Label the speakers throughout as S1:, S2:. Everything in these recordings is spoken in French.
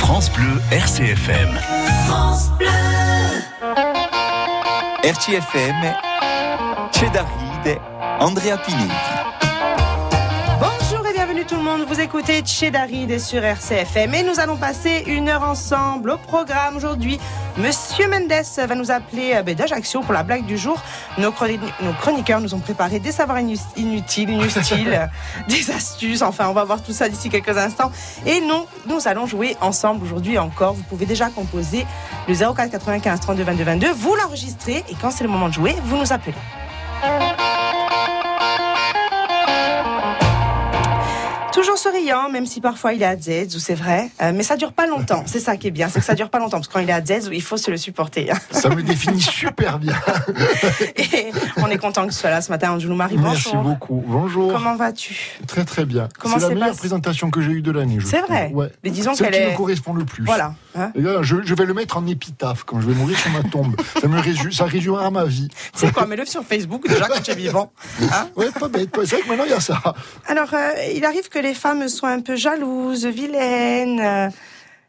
S1: France Bleu RCFM.
S2: France Bleu.
S3: RTFM, Cedaride, Andrea Pini.
S4: Bonjour et bienvenue tout le monde, vous écoutez Chedarid et sur RCFM et nous allons passer une heure ensemble au programme aujourd'hui. Monsieur Mendes va nous appeler euh, ben, d'Ajaccio pour la blague du jour. Nos, chroni- nos chroniqueurs nous ont préparé des savoirs inus- inutiles, inutiles, euh, des astuces, enfin on va voir tout ça d'ici quelques instants. Et nous, nous allons jouer ensemble aujourd'hui encore. Vous pouvez déjà composer le 04 95 32 22 22, vous l'enregistrez et quand c'est le moment de jouer, vous nous appelez. Toujours souriant, même si parfois il est à Z, ou c'est vrai, euh, mais ça dure pas longtemps. C'est ça qui est bien, c'est que ça dure pas longtemps, parce que quand il est à Z, il faut se le supporter. hein.
S5: Ça me définit super bien.
S4: Et on est content que tu sois là ce matin, Angelou Marie.
S5: Merci
S4: bonjour.
S5: beaucoup. Bonjour.
S4: Comment vas-tu
S5: Très très bien.
S4: Comment
S5: C'est la
S4: c'est
S5: meilleure
S4: passé
S5: présentation que j'ai eue de l'année. je
S4: C'est
S5: trouve.
S4: vrai.
S5: Ouais.
S4: Mais disons
S5: Celle
S4: qu'elle
S5: qui me
S4: est.
S5: correspond le plus.
S4: Voilà. hein.
S5: Et là, je, je vais le mettre en épitaphe quand je vais mourir sur ma tombe. ça me résu- ça résumera ma vie.
S4: C'est quoi Mets-le sur Facebook déjà quand tu es vivant. Hein
S5: Ouais, pas bête. pas- C'est vrai que maintenant il y a ça.
S4: Alors, euh, il arrive que les femmes soient un peu jalouses, vilaines. euh,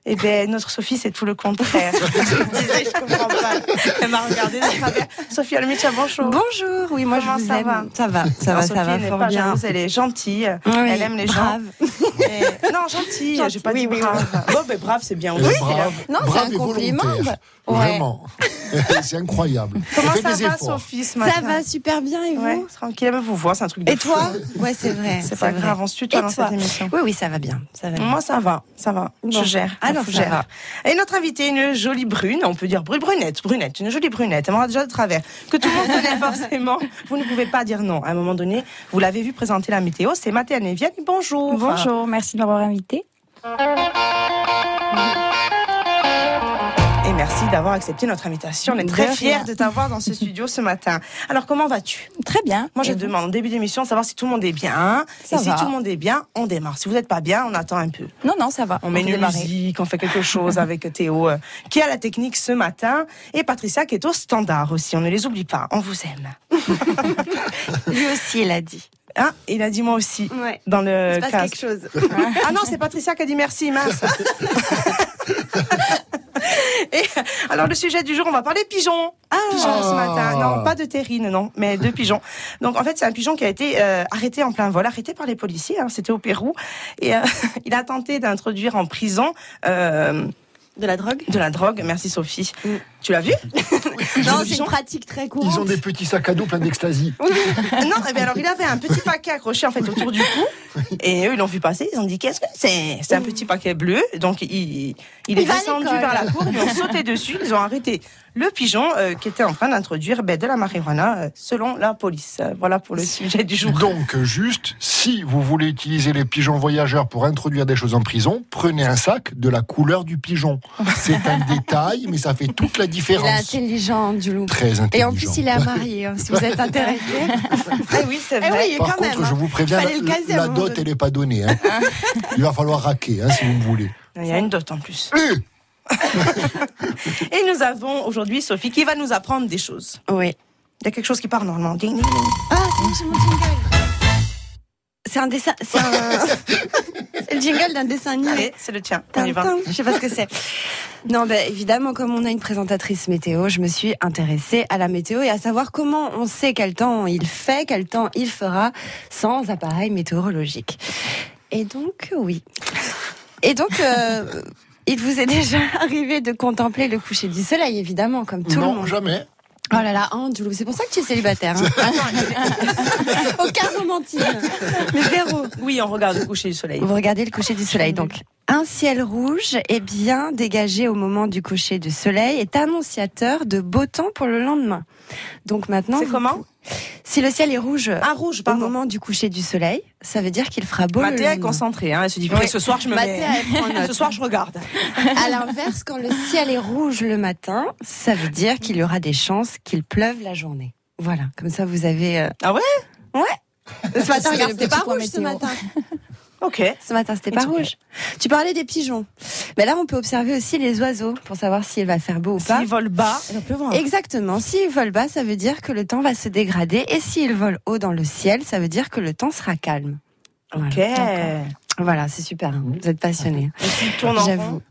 S4: eh bien, notre Sophie, c'est tout le contraire. je me disais, je comprends pas. Elle m'a regardé de travers. Sophie Almicha, bonjour.
S6: Bonjour, oui, moi
S4: Comment
S6: je vous
S4: ça
S6: aime.
S4: va
S6: ça va, ça va,
S4: Alors, Sophie,
S6: ça va
S4: elle n'est
S6: fort
S4: pas
S6: bien.
S4: jalouse, elle est gentille. euh,
S6: Oui,
S4: elle aime les gens.
S6: brave.
S4: Et- Non, gentille.
S6: Gentille,
S4: J'ai pas
S6: oui,
S4: dit
S6: oui, oui.
S4: brave. Bon, ben brave, c'est bien.
S5: Elle
S4: aussi.
S5: est brave,
S6: Non, c'est
S5: brave
S6: un
S5: et
S6: compliment,
S5: volontaire.
S6: bah. Ouais.
S5: Vraiment. c'est incroyable.
S4: Comment
S5: Elle fait
S4: ça
S5: des
S4: va,
S5: efforts.
S4: Sophie, ce matin
S6: Ça va super bien et vous
S4: Ouais, tranquille, elle vous voir, c'est un truc de
S6: Et
S4: fou.
S6: toi Ouais, c'est vrai.
S4: C'est pas
S6: vrai.
S4: grave, on se tutoie
S6: Et
S4: dans
S6: toi
S4: cette émission.
S6: Oui, oui, ça va bien. Ça va bien.
S4: Moi, ça va, ça va. Je
S6: Bon.
S4: gère.
S6: Alors,
S4: je
S6: ça
S4: gère.
S6: va.
S4: Et notre invitée, une jolie brune, on peut dire brune, brunette, brunette, une jolie brunette, elle m'aura déjà de travers, que tout le monde connaît forcément. Vous ne pouvez pas dire non. À un moment donné, vous l'avez vu présenter la météo, c'est Mathéane Vienne. Bonjour.
S7: Bonjour, merci de m'avoir invité.
S4: Et merci d'avoir accepté notre invitation. On est très
S7: De
S4: fiers
S7: rien.
S4: de t'avoir dans ce studio ce matin. Alors, comment vas-tu
S7: Très bien.
S4: Moi, je
S7: Et vous
S4: demande en début d'émission de savoir si tout le monde est bien.
S7: Ça
S4: et si
S7: va.
S4: tout le monde est bien, on démarre. Si vous n'êtes pas bien, on attend un peu.
S7: Non, non, ça va.
S4: On met
S7: peut
S4: une
S7: démarrer.
S4: musique, on fait quelque chose avec Théo euh, qui a la technique ce matin et Patricia qui est au standard aussi. On ne les oublie pas, on vous aime.
S6: Lui aussi, il a dit.
S4: Hein il a dit moi aussi
S6: Ouais.
S4: dans
S6: Il
S4: le
S6: se passe
S4: casque.
S6: quelque chose.
S4: Ah non, c'est Patricia qui a dit merci, mince. Et, alors le sujet du jour, on va parler pigeons. pigeons ce matin. Non, pas de terrine, non, mais de pigeons. Donc en fait, c'est un pigeon qui a été euh, arrêté en plein vol, arrêté par les policiers. hein, C'était au Pérou et euh, il a tenté d'introduire en prison. euh,
S6: De la drogue
S4: De la drogue, merci Sophie.
S6: Mm.
S4: Tu l'as vu
S6: Non,
S4: Ils
S6: c'est une
S4: ont-
S6: pratique très
S5: Ils ont
S6: courante.
S5: des petits sacs à dos pleins d'extasie.
S4: Non, eh bien, alors il avait un petit paquet accroché en fait autour du cou. Et eux, ils l'ont vu passer, ils ont dit qu'est-ce que c'est C'est un petit paquet bleu. Donc il, il est
S6: Il va à
S4: descendu
S6: l'école.
S4: vers la cour, ils ont sauté dessus, ils ont arrêté le pigeon euh, qui était en train d'introduire ben, de la marijuana euh, selon la police. Euh, Voilà pour le sujet du jour.
S5: Donc, juste, si vous voulez utiliser les pigeons voyageurs pour introduire des choses en prison, prenez un sac de la couleur du pigeon. C'est un détail, mais ça fait toute la
S6: Il est
S5: différence.
S6: intelligent, du loup.
S5: Très intelligent.
S6: Et en plus, il est à marier, hein, si vous êtes intéressé.
S4: Ah oui, c'est
S6: Eh
S4: vrai.
S6: oui,
S5: Par
S6: quand
S5: contre,
S6: même.
S5: je
S6: hein.
S5: vous préviens,
S6: Fallait le
S5: la,
S6: caser à
S5: la
S6: un moment
S5: dot,
S6: donné. Ah.
S5: elle n'est pas donnée. hein. il va falloir raquer, hein, si vous me voulez.
S4: Il y a une dot en plus.
S5: Eh
S4: Et nous avons aujourd'hui Sophie qui va nous apprendre des choses.
S6: Oui.
S4: Il y a quelque chose qui part normalement. Ding, ding, ding.
S6: Ah, c'est bon, j'ai mon jingle. C'est un dessin. C'est un. c'est le jingle d'un dessin animé.
S4: Allez, c'est le tien. On y va.
S6: Tintin, je sais pas ce que c'est. Non, ben évidemment, comme on a une présentatrice météo, je me suis intéressée à la météo et à savoir comment on sait quel temps il fait, quel temps il fera sans appareil météorologique. Et donc, oui. Et donc, euh, il vous est déjà arrivé de contempler le coucher du soleil, évidemment, comme tout le
S5: non,
S6: monde.
S5: jamais.
S6: Oh là là, hein, Doulou, c'est pour ça que tu es célibataire. hein. Aucun romantisme. Mais zéro.
S4: Oui, on regarde le coucher du soleil.
S6: Vous regardez le coucher du soleil. Donc, un ciel rouge et bien dégagé au moment du coucher du soleil est annonciateur de beau temps pour le lendemain. Donc maintenant,
S4: C'est
S6: vous-
S4: comment
S6: si le ciel est rouge
S4: Ah, rouge,
S6: au
S4: pardon.
S6: moment du coucher du soleil, ça veut dire qu'il fera beau le
S4: Mathéa est
S6: lendemain.
S4: concentrée, hein, elle se dit
S6: Oui.
S4: "Purée, ce soir je me
S6: Mathéa,
S4: mets,
S6: elle prend note.
S4: ce soir je regarde.
S6: À l'inverse, quand le ciel est rouge le matin, ça veut dire qu'il y aura des chances qu'il pleuve la journée. Voilà, comme ça vous avez. euh,
S4: Ah ouais
S6: Ouais. Ce matin, regarde,
S7: le
S6: c'était pas
S7: petit point
S6: rouge ce
S7: météo.
S6: matin.
S4: Ok.
S6: Ce matin, c'était pas
S4: It's okay.
S6: rouge. Tu parlais des pigeons. Mais là, on peut observer aussi les oiseaux pour savoir s'il va faire beau ou pas.
S4: S'ils volent bas, il va pleuvoir.
S6: Exactement. S'ils volent bas, ça veut dire que le temps va se dégrader. Et s'ils volent haut dans le ciel, ça veut dire que le temps sera calme.
S4: Ok.
S6: Voilà, Voilà, c'est super. hein. Vous êtes passionné.
S4: Et s'ils tournent en rond,
S6: J'avoue.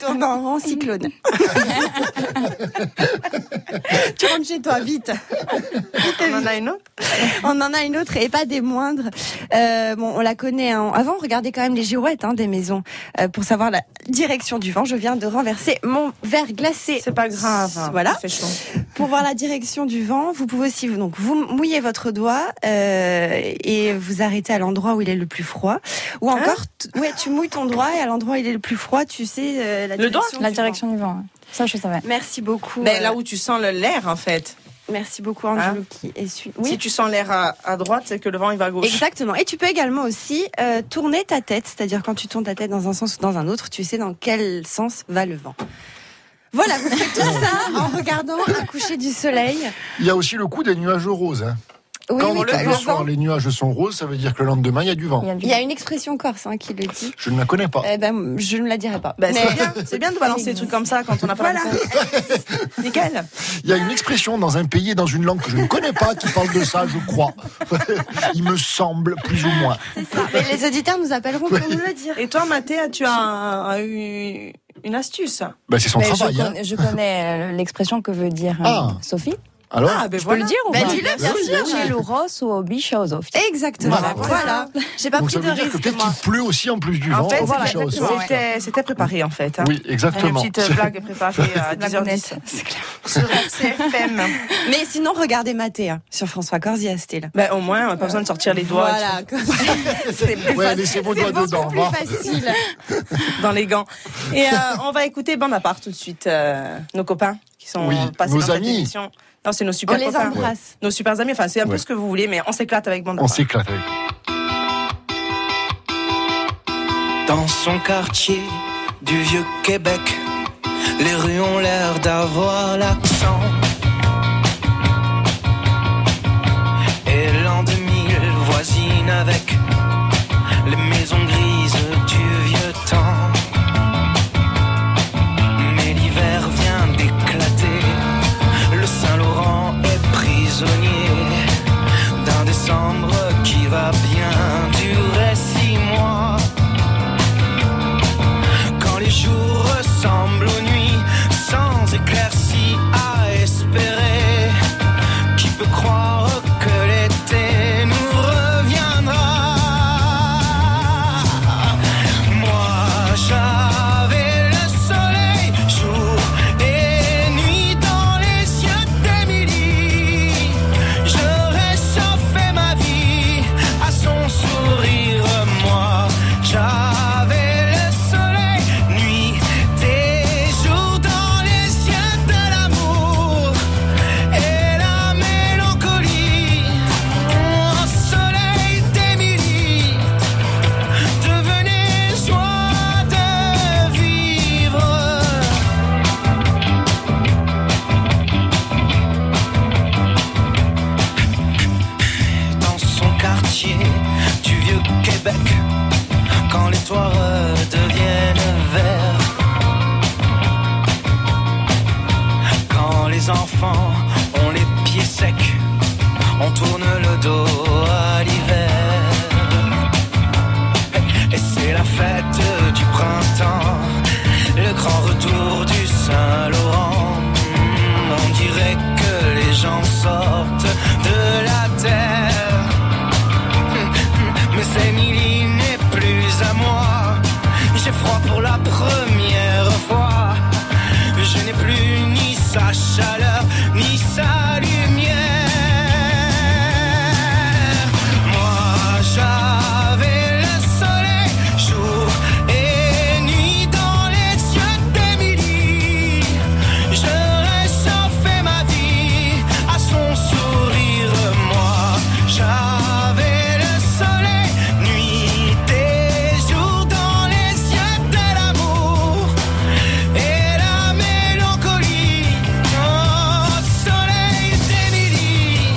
S6: Tourne en rond, cyclone. tu rentres chez toi, vite.
S4: On en a une autre
S6: On en a une autre et pas des moindres. Euh, bon, on la connaît. hein. Avant, on regardait quand même les girouettes hein, des maisons euh, pour savoir la direction du vent. Je viens de renverser mon verre glacé.
S4: C'est pas grave.
S6: Voilà.
S4: Il fait chaud.
S6: Pour voir la direction du vent, vous pouvez aussi donc vous mouiller votre doigt euh, et vous arrêter à l'endroit où il est le plus froid. Ou
S4: Hein
S6: encore, t- ouais, tu mouilles ton doigt et à l'endroit où il est le plus froid, tu sais euh, la
S4: Le doigt
S6: direction.
S1: La
S6: du
S1: direction du vent. ouais. Ça, je savais.
S6: vent. Merci beaucoup.
S4: Ben,
S6: euh,
S4: là où tu sens le- l'air, en fait. Hein?
S6: Merci beaucoup Angelo qui essuie. Oui.
S4: Si tu sens l'air à, à droite, c'est que le vent il va à gauche.
S6: Exactement. Et tu peux également aussi euh, tourner ta tête, c'est-à-dire quand tu tournes ta tête dans un sens ou dans un autre, tu sais dans quel sens va le vent. Voilà, vous faites tout ça en regardant un coucher du soleil.
S5: Il y a aussi le coup des nuages roses. hein.
S6: Oui,
S5: Quand
S6: oui,
S5: le,
S6: le
S5: soir
S6: vent.
S5: les nuages sont roses, ça veut dire que le lendemain il y a du vent.
S1: Il y a du-
S6: Il y a une expression corse hein, qui le dit.
S5: Je ne la connais pas.
S6: Eh ben, je ne la dirai pas.
S4: Ben,
S6: Mais-
S4: c'est bien, c'est bien de balancer des trucs comme ça quand on n'a pas la
S6: Voilà.
S4: réponse. Nickel.
S5: Il y a une expression dans un pays et dans une langue que je ne connais pas qui parle de ça, je crois. il me semble, plus ou moins.
S6: c'est ça. Mais les auditeurs nous appelleront pour nous le dire.
S4: Et toi, Mathéa, tu as un- un- une- une astuce
S5: Ben, c'est son
S1: Mais je,
S5: travail. hein.
S1: connais, je connais, euh, l'expression que veut dire euh,
S5: Ah.
S1: Sophie.
S5: Alors Ah
S4: Ah, ben
S1: Je
S4: voilà.
S1: peux le dire ou
S6: Ben,
S1: pas
S6: dis-le, bien
S5: Oui,
S6: sûr.
S1: Chez l'Ouros ou au Bichozov.
S6: Exactement.
S5: Voilà.
S6: Voilà. J'ai pas
S5: Donc ça
S6: pris de
S5: veut dire que
S6: risque,
S5: peut-être
S6: moi.
S5: qu'il pleut aussi en plus du
S4: En
S5: vent.
S4: fait,
S5: au
S4: voilà,
S5: Bouchard au
S1: exactement,
S5: soir.
S1: ouais.
S4: C'était c'était préparé, en fait. hein.
S5: Oui,
S4: Une
S5: exactement.
S4: petite euh, blague préparée à 10h10 sur RCFM.
S6: Mais sinon, regardez Mathé hein, sur François Corsia, c'était là.
S4: Ben, au moins, on n'a pas besoin de sortir les doigts
S6: Voilà. c'est plus
S5: Ouais,
S6: facile.
S5: laissez vos
S6: C'est
S5: doigts
S6: beaucoup
S5: dedans, hein.
S6: plus
S5: va.
S6: facile.
S4: dans les gants. Et euh, on va écouter Bonaparte tout de suite, euh, nos copains qui sont
S5: Oui,
S4: passés
S5: nos
S4: dans cette
S5: amis.
S4: émission. Non, c'est nos super
S6: On les
S4: copains.
S6: embrasse.
S4: Nos super amis, enfin, c'est un peu
S5: Ouais.
S4: ce que vous voulez, mais on s'éclate avec
S5: On
S4: Bonaparte.
S5: s'éclate. avec.
S2: Dans son quartier du vieux Québec, les rues ont l'air d'avoir l'accent. Et l'an 2000 voisine avec les maisons grises du vieux temps. Mais l'hiver vient d'éclater, le Saint-Laurent est prisonnier d'un décembre qui va bien durer six mois quand les jours ressemblent aux nuits, sans éclaircie à espérer. Qui peut croire que l'été nous reviendra Moi, j'avais le soleil, jour et nuit dans les yeux d'Émilie. Je réchauffais ma vie à son sourire, moi. J'avais le soleil, nuit, des jours dans les yeux de l'amour et la mélancolie. Un soleil d'Émilie devenait joie de vivre. dans son quartier du vieux Québec quand les toits deviennent verts quand les enfants ont les pieds secs on tourne le dos à l'hiver et c'est la fête du printemps le grand retour du Saint-Laurent Mm, on dirait que les gens sortent de la terre mais Émilie n'est plus à moi. J'ai froid pour la première fois. Je n'ai plus ni sa chaleur, ni sa lumière. Moi, j'avais le soleil, jour et nuit dans les yeux d'Émilie. Je réchauffais ma vie à son sourire, moi. J'avais le soleil, nuit et jour dans les yeux de l'amour et la mélancolie. Oh, soleil d'Émilie.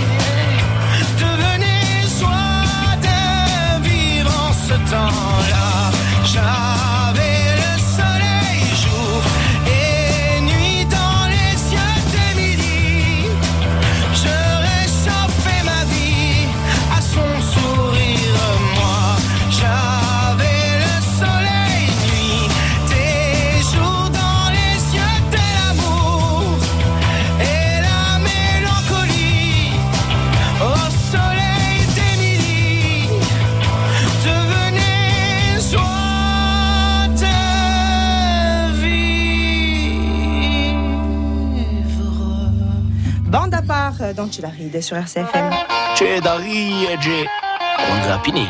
S4: euh, dans Chilaride sur RCFM.
S2: C'è da riegge con Grappini.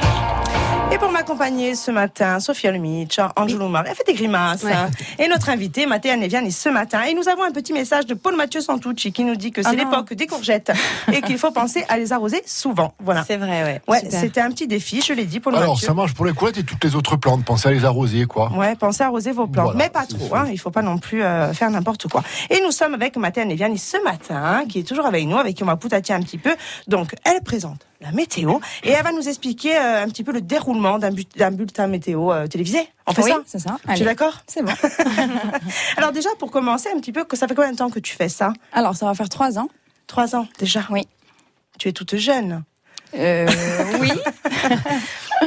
S4: Et pour m'accompagner ce matin, Sophia Lumic, Angelo Mar, elle fait des grimaces.
S6: Ouais.
S4: hein. Et notre invité, Mathéa Nevian, est ce matin. Et nous avons un petit message de Paul Mathieu Santucci qui nous dit que c'est
S1: Ah non.
S4: l'époque des courgettes et qu'il faut penser à les arroser souvent. Voilà.
S6: C'est vrai, ouais.
S4: Ouais,
S6: Super.
S4: c'était un petit défi, je l'ai dit, Paul
S5: Alors,
S4: Mathieu.
S5: ça marche pour les couettes et toutes les autres plantes. Pensez à les arroser, quoi.
S4: Ouais, pensez à arroser vos plantes,
S5: Voilà,
S4: mais pas
S5: c'est
S4: trop.
S5: ça.
S4: Hein, il faut pas non plus euh, faire n'importe quoi. Et nous sommes avec Mathéa Neviani ce matin, qui est toujours avec nous, avec qui on va poutater un petit peu. Donc, elle présente la météo et elle va nous expliquer euh, un petit peu le déroulement d'un but- d'un bulletin météo euh, télévisé. On fait
S1: oui,
S4: ça
S1: c'est ça.
S4: Tu es
S1: Allez.
S4: d'accord
S1: C'est bon.
S4: Alors déjà, pour commencer un petit peu, que ça fait combien de temps que tu fais ça
S1: Alors, ça va faire trois ans.
S4: Trois ans déjà
S1: Oui.
S4: Tu es toute jeune.
S1: Euh, oui.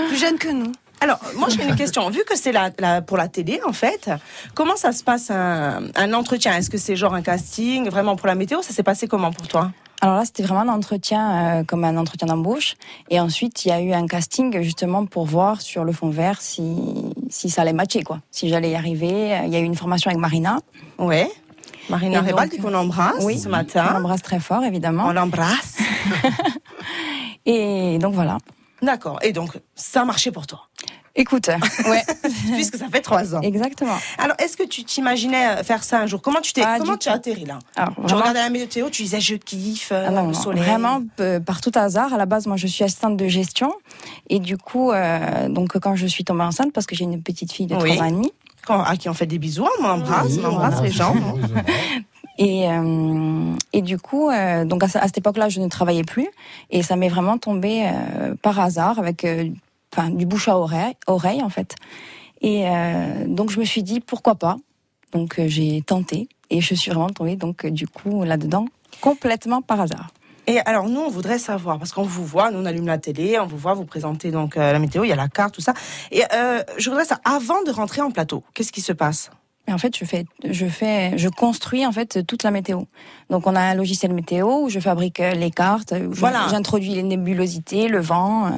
S6: Plus jeune que nous.
S4: Alors, moi j'ai une question. Vu que c'est la, la- pour la télé, en fait, comment ça se passe un, un entretien Est-ce que c'est genre un casting, vraiment pour la météo Ça s'est passé comment pour toi
S1: Alors là, c'était vraiment un entretien, euh, comme un entretien d'embauche. Et ensuite, il y a eu un casting justement pour voir sur le fond vert si, si ça allait matcher, quoi. Si j'allais y arriver. Il y a eu une formation avec Marina.
S4: Ouais. Marina
S1: Et donc,
S4: Rebaldi qu'on embrasse
S1: oui,
S4: ce
S1: On
S4: matin.
S1: l'embrasse très fort, évidemment.
S4: On l'embrasse.
S1: Et donc voilà.
S4: D'accord. Et donc, ça a marché pour toi,
S1: Écoute, ouais,
S4: puisque ça fait trois ans.
S1: exactement.
S4: Alors, est-ce que tu t'imaginais euh, faire ça un jour Comment tu t'es,
S1: Pas
S4: comment
S1: du
S4: tu as atterri là
S1: Alors,
S4: Tu
S1: vraiment-
S4: regardais la météo, tu disais je kiffe, euh,
S1: Ah non, non,
S4: le soleil.
S1: Vraiment, euh, par tout hasard. À la base, moi, je suis assistante de gestion. Et du coup, euh, donc, quand je suis tombée enceinte, parce que j'ai une petite fille de
S4: Oui.
S1: 3 ans et demi,
S4: Quand- à qui on fait des bisous, hein, on embrasse,
S5: Oui,
S4: on embrasse les gens.
S1: et, euh, et du coup, euh, donc à, ce- à cette époque-là, je ne travaillais plus. Et ça m'est vraiment tombé euh, par hasard, avec euh, enfin, du bouche à oreille, oreille, en fait. Et euh, donc, je me suis dit, pourquoi pas Donc, euh, j'ai tenté. Et je suis vraiment tombée, donc, euh, du coup, là-dedans, complètement par hasard.
S4: Et alors nous, on voudrait savoir parce qu'on vous voit, nous on allume la télé, on vous voit vous présenter donc euh, la météo, il y a la carte, tout ça. Et euh, je voudrais ça avant de rentrer en plateau. Qu'est-ce qui se passe
S1: Mais en fait, je fais, je fais, je construis en fait toute la météo. Donc, on a un logiciel météo où je fabrique euh, les cartes, où je-
S4: Voilà.
S1: j'introduis les nébulosités, le vent. euh.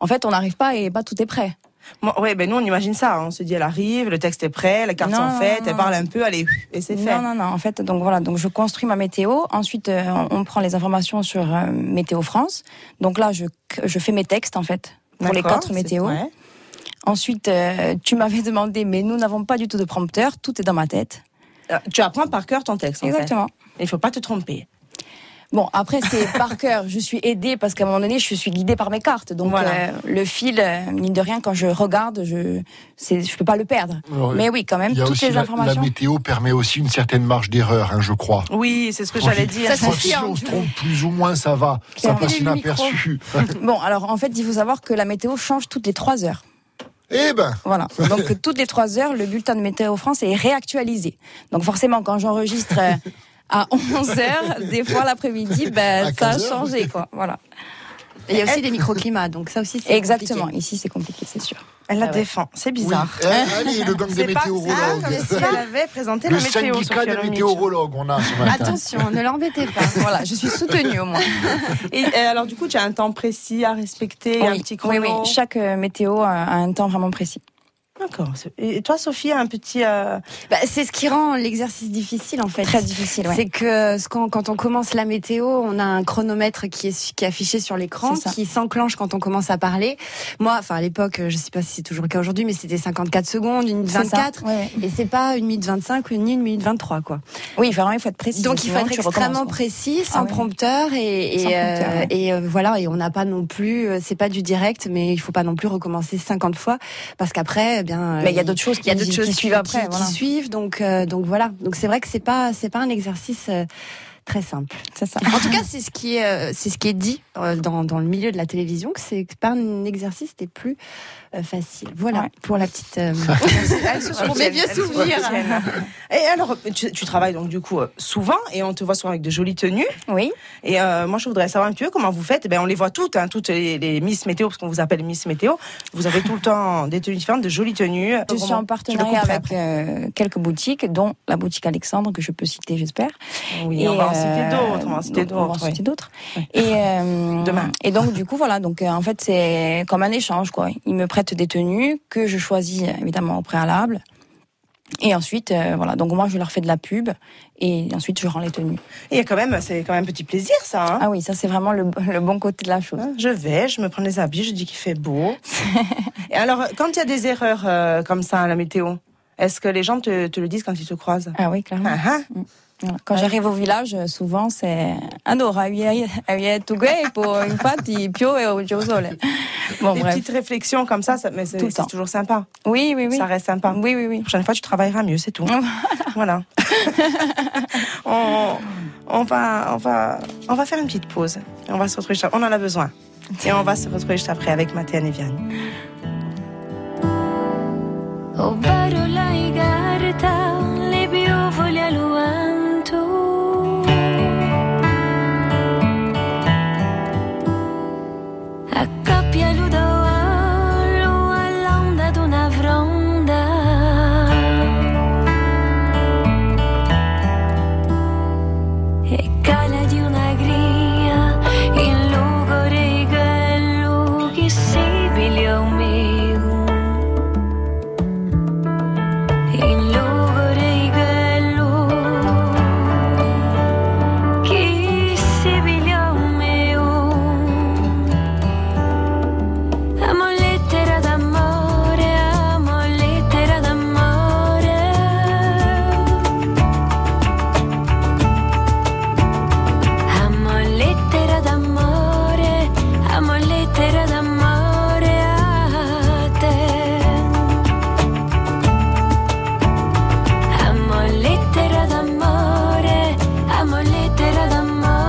S1: En fait, on n'arrive pas et pas tout est prêt.
S4: Bon, ouais, ben nous on imagine ça. On se dit elle arrive, le texte est prêt, les cartes
S1: Non,
S4: sont
S1: non,
S4: faites,
S1: non,
S4: elle
S1: non.
S4: parle un peu, allez et c'est fait.
S1: Non, non, non. En fait, donc voilà, donc je construis ma météo. Ensuite, euh, on on prend les informations sur euh, Météo France. Donc là, je, c- je fais mes textes en fait pour les
S4: D'accord,
S1: quatre
S4: c'est-
S1: météos.
S4: ouais.
S1: Ensuite, euh, tu m'avais demandé, mais nous n'avons pas du tout de prompteur. Tout est dans ma tête.
S4: Alors, Euh, Tu apprends par cœur ton texte. en fait.
S1: Exactement.
S4: Il faut pas te tromper.
S1: Bon, après, c'est par cœur. Je suis aidée parce qu'à un moment donné, je suis guidée par mes cartes. Donc,
S4: Voilà.
S1: euh, le fil, euh, mine de rien, quand je regarde, je c'est- je peux pas le perdre.
S5: Alors,
S1: Mais oui, quand même,
S5: Il y a
S1: toutes
S5: aussi
S1: les
S5: la, la
S1: informations.
S5: météo permet aussi une certaine marge d'erreur, hein, je crois.
S4: Oui, c'est ce que
S5: Franchi-
S4: j'allais dire.
S6: Ça,
S5: Je crois que
S6: suffit,
S5: si
S6: hein,
S5: on se
S6: tu
S5: trompe plus ou moins, ça va. Ça
S1: Clairement.
S5: passe
S6: Filer le
S5: inaperçu.
S1: bon, alors en fait, il faut savoir que la météo change toutes les trois heures.
S5: eh ben,
S1: Voilà. Donc, toutes les trois heures, le bulletin de Météo France est réactualisé. Donc, forcément, quand j'enregistre euh, à 11 heures, des fois l'après-midi,
S5: À
S1: ben, ça a
S5: 15 heures.
S1: changé, quoi. Voilà.
S6: Et Il y a aussi des microclimats, donc ça aussi c'est
S1: Exactement. Ici, c'est compliqué, c'est sûr.
S4: Elle la
S6: Ah ouais.
S4: défend. C'est
S5: oui.
S4: bizarre.
S5: Eh, allez, le gang des
S4: C'est pas ça,
S5: météorologues.
S4: comme si elle avait présenté
S5: Le
S4: la météo.
S5: syndicat
S4: Sophia
S5: des
S4: Lomnic.
S5: météorologues, on a ce matin.
S6: Attention, ne l'embêtez pas.
S1: Voilà, je suis soutenue au moins.
S4: Et, et alors, du coup, tu as un temps précis à respecter, un petit chrono.
S1: oui, oui. Chaque euh, météo a a un temps vraiment précis.
S4: D'accord. C'est- Et toi, Sophie, un petit. euh,
S6: Bah, c'est ce qui rend l'exercice difficile en fait.
S1: Très difficile, ouais.
S6: C'est que euh, ce qu'on- quand on commence la météo, on a un chronomètre qui est, su- qui est affiché sur l'écran,
S1: C'est ça.
S6: qui s'enclenche quand on commence à parler. Moi, enfin à l'époque, euh, je sais pas si c'est toujours le cas aujourd'hui, mais c'était 54 secondes, une minute
S1: C'est ça.
S6: 24.
S1: Ouais, ouais.
S6: Et c'est pas une minute 25 ni une minute 23 quoi.
S1: Oui, vraiment, il faut être précis.
S6: Donc il faut
S1: sinon,
S6: être
S1: tu recommences,
S6: extrêmement
S1: quoi.
S6: précis,
S1: Ah
S6: sans
S1: oui.
S6: prompteur et, et,
S1: Sans prompteur,
S6: euh,
S1: ouais.
S6: et, euh, voilà et on n'a pas non plus euh, c'est pas du direct mais il faut pas non plus recommencer 50 fois parce qu'après eh bien euh,
S1: Mais il y a d'autres choses
S6: il y a
S1: qui-
S6: d'autres
S1: qui
S6: choses
S1: suivent après,
S6: qui,
S1: voilà.
S6: suivent donc euh, donc voilà donc c'est vrai que c'est pas c'est pas un exercice euh, très simple.
S1: C'est ça.
S6: En tout cas, c'est ce qui est euh, c'est ce qui est dit euh, dans, dans le milieu de la télévision que c'est que pas un exercice des plus euh, faciles. Voilà
S1: Ouais.
S6: pour la petite euh,
S4: elles se
S6: Pour mes
S4: soutiennent,
S6: vieux
S4: elles se
S6: souvenirs.
S4: soutiennent. Et alors, tu, tu travailles donc du coup euh, souvent et on te voit souvent avec de jolies tenues.
S1: Oui.
S4: Et euh, moi, je voudrais savoir un petit peu comment vous faites. Eh Ben, on les voit toutes, hein, toutes les, les Miss Météo, parce qu'on vous appelle Miss Météo. Vous avez tout le temps des tenues différentes, de jolies tenues.
S1: Je suis en partenariat avec euh, quelques boutiques, dont la boutique Alexandre, que je peux citer, j'espère.
S4: Oui, on va en citer
S1: euh,
S4: d'autres. On va en citer
S1: donc, on va en
S4: d'autres. oui.
S1: citer d'autres. Et, euh,
S4: Demain.
S1: Et donc, du coup, voilà. Donc, euh, en fait, c'est comme un échange, quoi. Ils me prêtent des tenues que je choisis, évidemment, au préalable. Et ensuite, euh, voilà. Donc moi, je leur fais de la pub et ensuite, je rends les tenues.
S4: Et il y a quand même, c'est quand même un petit plaisir, ça. hein.
S1: Ah oui, ça, c'est vraiment le, le bon côté de la chose.
S4: Hein, Je vais, je me prends les habits, je dis qu'il fait beau. Et alors, quand il y a des erreurs euh, comme ça à la météo, est-ce que les gens te, te le disent quand ils te croisent
S1: Ah oui, clairement.
S4: Ah, ah.
S1: Voilà. Quand j'arrive au village, euh, souvent, c'est alors, il y a tout gay pour une pâte, il pio et au sole. Bon,
S4: Des
S1: bref.
S4: petites réflexions comme ça, ça- mais c'est
S1: Tout le
S4: c'est
S1: temps.
S4: toujours sympa.
S1: Oui, oui, oui.
S4: Ça reste sympa.
S1: Oui, oui, oui.
S4: La prochaine fois, tu travailleras mieux, c'est tout. voilà. on, on va, on, va, on va faire une petite pause. Et on va se retrouver juste après. On en a besoin. Et on va se retrouver juste après avec Mathéane et Vianney.
S7: Obbarola igarta lebio volia luantu Accappia ludo allo all'onda d'una fronda E cala di una gria il lugo regalo che sibili a un mio in luogo dei gallo chi si viglia un meo amo lettera d'amore amo lettera d'amore Amo lettera d'amore amo lettera d'amore a te Amo lettera d'amore, amo lettera d'amore.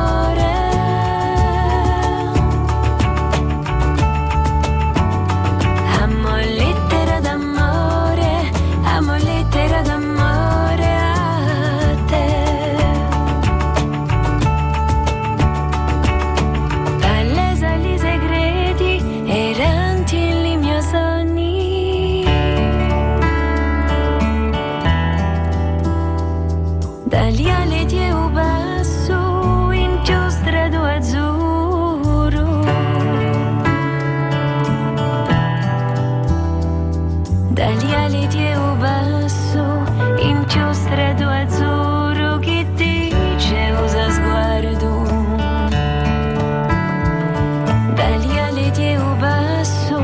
S7: Amo lettera d'amore, amo lettera d'amore a te. Palese agli segreti erranti nei miei sogni. Dagli ali di basso in giostrado azzurro Dagli ali di basso in giostrado azzurro che dice usa sguardo Dagli ali di basso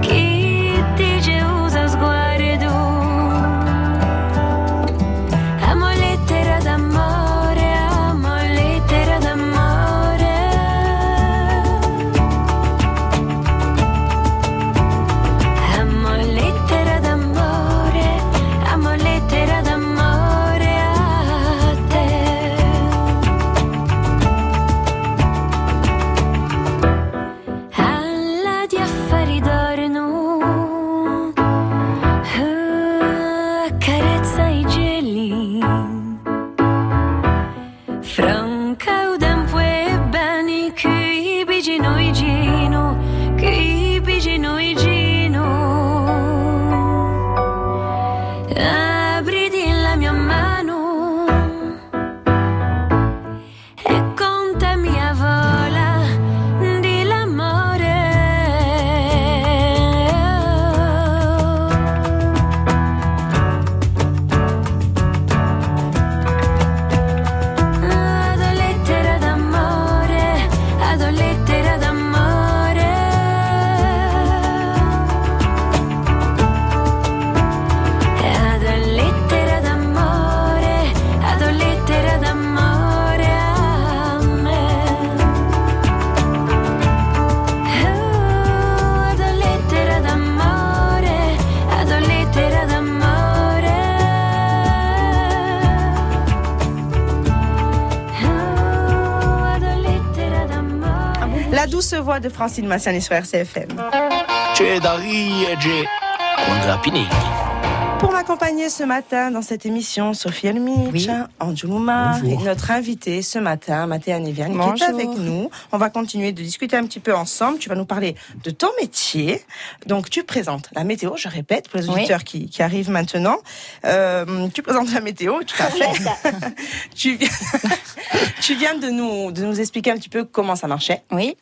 S7: che dice usa sguardo Amo lettera d'amore, amo lettera d'amore Amo lettera d'amore, amo lettera d'amore a te alla di affari d'orno Ah, carezza i geli franca udampo e bani che i bigino i gino che i bigino i gino apri di la mia mano e conta mia vola di l'amore. Ad lettera d'amore, ad lettera d'amore. Ad lettera d'amore, ad lettera d'amore a me Ad lettera d'amore, ad lettera d'amore Ad lettera d'amore
S4: La douce voix de Francine Massiani sur RCFM.
S8: C'è da riege con Rapinelli.
S4: Pour m'accompagner ce matin dans cette émission, Sophie Elmich,
S6: Oui.
S4: Anjoulouma,
S5: Bonjour.
S4: et notre invitée ce matin, Mathéane Evian, qui est
S1: Bonjour.
S4: avec nous. On va continuer de discuter un petit peu ensemble. Tu vas nous parler de ton métier. Donc, tu présentes la météo, je répète, pour les
S1: Oui.
S4: auditeurs qui, qui arrivent maintenant. Euh, tu présentes la météo, tout à fait. tu, viens, tu viens de nous, de nous expliquer un petit peu comment ça marchait.
S1: Oui.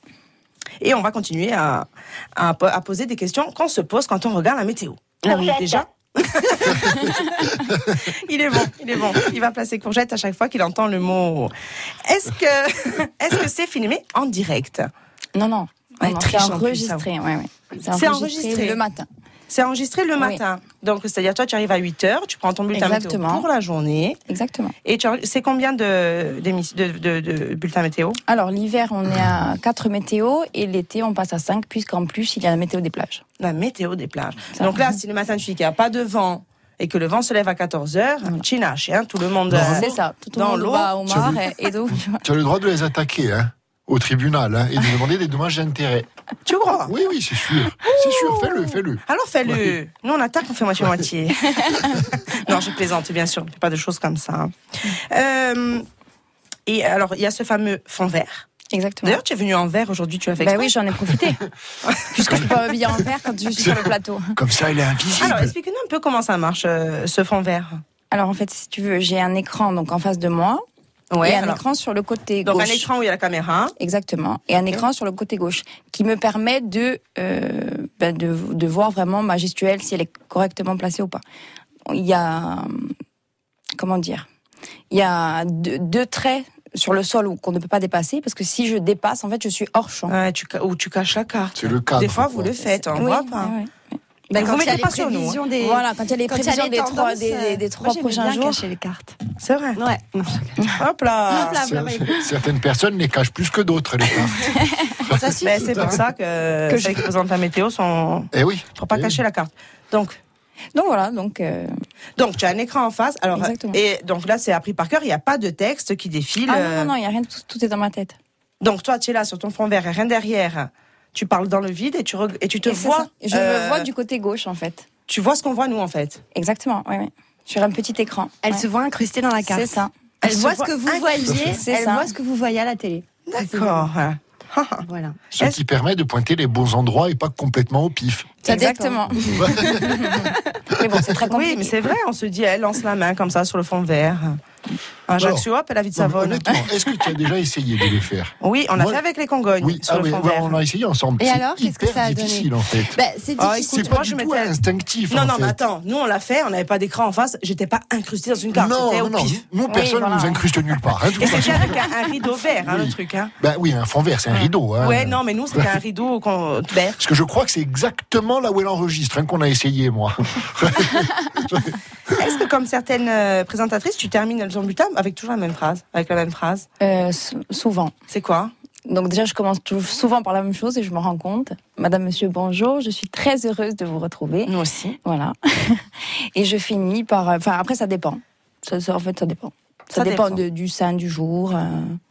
S4: Et on va continuer à, à, po- à poser des questions qu'on se pose quand on regarde la météo. Ah oui, déjà. il est bon, il est bon. Il va placer courgette à chaque fois qu'il entend le mot. Est-ce que est-ce que c'est filmé en direct
S1: Non, non.
S4: Ouais,
S1: Non, non,
S4: triche
S1: c'est
S4: en plus, ça.
S1: enregistré. ouais, ouais.
S4: C'est enregistré.
S1: le matin.
S4: C'est enregistré le
S1: Oui.
S4: matin. Donc c'est-à-dire toi tu arrives à 8h, tu prends ton bulletin météo
S1: Exactement.
S4: pour la journée
S1: Exactement.
S4: et tu en- c'est combien de d'émis- de, de, de bulletins météo
S1: Alors l'hiver, on est à 4 météos et l'été, on passe à 5 puisqu'en plus, il y a la météo des plages.
S4: La météo des plages.
S1: Ça.
S4: Donc là si le matin tu dis qu'il n'y a pas de vent et que le vent se lève à 14h, chinache, hein, tout le monde euh,
S1: Mm. C'est ça. Tout le
S4: Dans
S1: monde
S4: l'eau,
S1: va au
S5: tu as
S1: mar
S5: vu
S1: et, et d'eau.
S5: Tu as le droit de les attaquer hein, au tribunal hein, et de demander des dommages et intérêts.
S4: tu crois
S5: Oui, oui, c'est sûr. C'est sûr, fais-le, fais-le.
S4: Alors fais-le. Nous, on attaque, on fait moitié-moitié. non, je plaisante, bien sûr. On ne fait pas de choses comme ça. Euh, et alors, il y a ce fameux fond vert.
S1: Exactement.
S4: D'ailleurs, tu es venu en vert aujourd'hui, tu as fait
S1: Ben
S4: exprès.
S1: oui, j'en ai profité. Puisque je peux pas m'habiller en vert quand je suis sur le plateau.
S5: Comme ça, il est invisible.
S4: alors, explique-nous un peu comment ça marche, euh, ce fond vert.
S1: Alors en fait, si tu veux, j'ai un écran donc en face de moi et un
S4: alors,
S1: écran sur le côté
S4: donc
S1: gauche.
S4: un écran où il y a la caméra.
S1: Exactement. Et un écran sur le côté gauche qui me permet de, euh, ben, de, de voir vraiment ma gestuelle, si elle est correctement placée ou pas. Il y a, euh, comment dire, il y a deux, deux traits sur le sol où- qu'on ne peut pas dépasser parce que si je dépasse, en fait, je suis hors champ.
S4: Ouais, tu, ca- où tu caches la carte.
S5: C'est le cadre,
S4: Des fois,
S5: quoi.
S4: vous le faites, hein, on
S1: Oui,
S4: voit pas.
S1: ouais, ouais.
S6: Bah,
S1: Ben,
S4: Vous
S6: quand il y
S4: mettez
S6: a les
S4: pas sur nous,
S6: prévisions
S4: hein.
S6: des.
S1: Voilà, quand il y a les
S6: quand il y a
S1: prévisions
S6: les
S1: des trois,
S6: tendances,
S1: des,
S6: euh,
S1: des- des
S6: moi,
S1: trois
S6: j'aimais
S1: prochains
S6: bien
S1: jours.
S6: cacher les cartes.
S4: C'est vrai.
S6: Ouais.
S4: Hop là.
S6: Hop là, ouais.
S5: Cer- Certaines personnes les cachent plus que d'autres, les cartes.
S1: Ah,
S6: Ça suffit.
S4: Mais c'est pour ça que, ceux qui présentent la météo sont
S5: Eh oui.
S4: pour pas
S5: Eh oui.
S4: cacher la carte. Donc,
S1: Donc voilà, donc euh,
S4: Donc tu as un écran en face. Alors
S1: Exactement.
S4: et donc là c'est appris par cœur. Il n'y a pas de texte qui défile.
S1: ah
S4: euh,
S1: non non non, il y a rien, tout, tout est dans ma tête.
S4: Donc toi tu es là sur ton fond vert, et rien derrière. Tu parles dans le vide et tu reg- et tu te
S1: Et c'est
S4: vois.
S1: ça. Je
S4: euh,
S1: me vois du côté gauche en fait.
S4: Tu vois ce qu'on voit nous en fait.
S1: Exactement, oui oui. Sur un petit écran.
S6: Elle
S1: Ouais.
S6: se voit incrustée dans la carte.
S1: C'est ça.
S6: Elle,
S4: Elle
S6: voit
S4: se
S6: ce que
S4: voit
S6: vous voyez.
S1: C'est
S6: Elle
S1: ça.
S6: voit ce que vous voyez à la télé.
S4: D'accord.
S6: Voilà.
S5: Ce qui permet de pointer les bons endroits et pas complètement au pif.
S6: Ça
S1: Exactement. mais bon, c'est très
S4: Oui
S1: compliqué.
S4: mais c'est vrai. On se dit elle lance la main comme ça sur le fond vert. Un Ah, Jacques
S5: Alors,
S4: Suop, elle a vite sa
S5: Non, mais
S4: vol.
S5: honnêtement, est-ce que tu as déjà essayé de le faire
S4: Oui on a
S5: Moi-
S4: fait avec les congognes
S5: Oui,
S4: sur
S5: ah
S4: le
S5: oui,
S4: fond
S5: ouais,
S4: vert.
S5: on a essayé ensemble.
S6: Et
S5: C'est
S6: alors, qu'est-ce que
S5: hyper
S6: ça a donné
S5: difficile en fait.
S6: Bah, c'est difficile.
S4: Ah, écoute,
S5: c'est pas
S4: moi,
S5: du
S4: je
S5: tout
S4: m'étais-
S5: instinctif.
S4: Non
S5: en
S4: non mais
S5: fait.
S4: attends nous on l'a fait. On n'avait pas d'écran en face. J'étais pas incrustée dans une
S5: Non,
S4: carte. C'était
S5: non,
S4: au
S5: non,
S4: pif.
S5: nous, personne ne
S1: voilà.
S5: nous incruste nulle part. hein, de toute
S4: Et c'était
S5: façon.
S4: avec un, un rideau vert hein, le
S5: Oui.
S4: truc hein.
S5: Ben oui, un fond vert, c'est un rideau. hein.
S4: Ah. Ouais, non, mais nous, c'était un rideau qu'on vert.
S5: Parce que je crois que c'est exactement là où elle enregistre hein, qu'on a essayé, moi.
S4: Est-ce que, comme certaines euh, présentatrices, tu termines ton bulletin avec toujours la même phrase Avec la même phrase
S1: Euh, sou- souvent.
S4: C'est quoi
S1: Donc déjà, je commence tou- souvent par la même chose et je me rends compte. Madame, monsieur, bonjour. Je suis très heureuse de vous retrouver.
S4: Nous aussi.
S1: Voilà. et je finis par... euh, Enfin, après, ça dépend. Ça, ça- en fait, ça dépend. Ça,
S4: Ça
S1: dépend,
S4: dépend.
S1: de- du sein du jour. euh.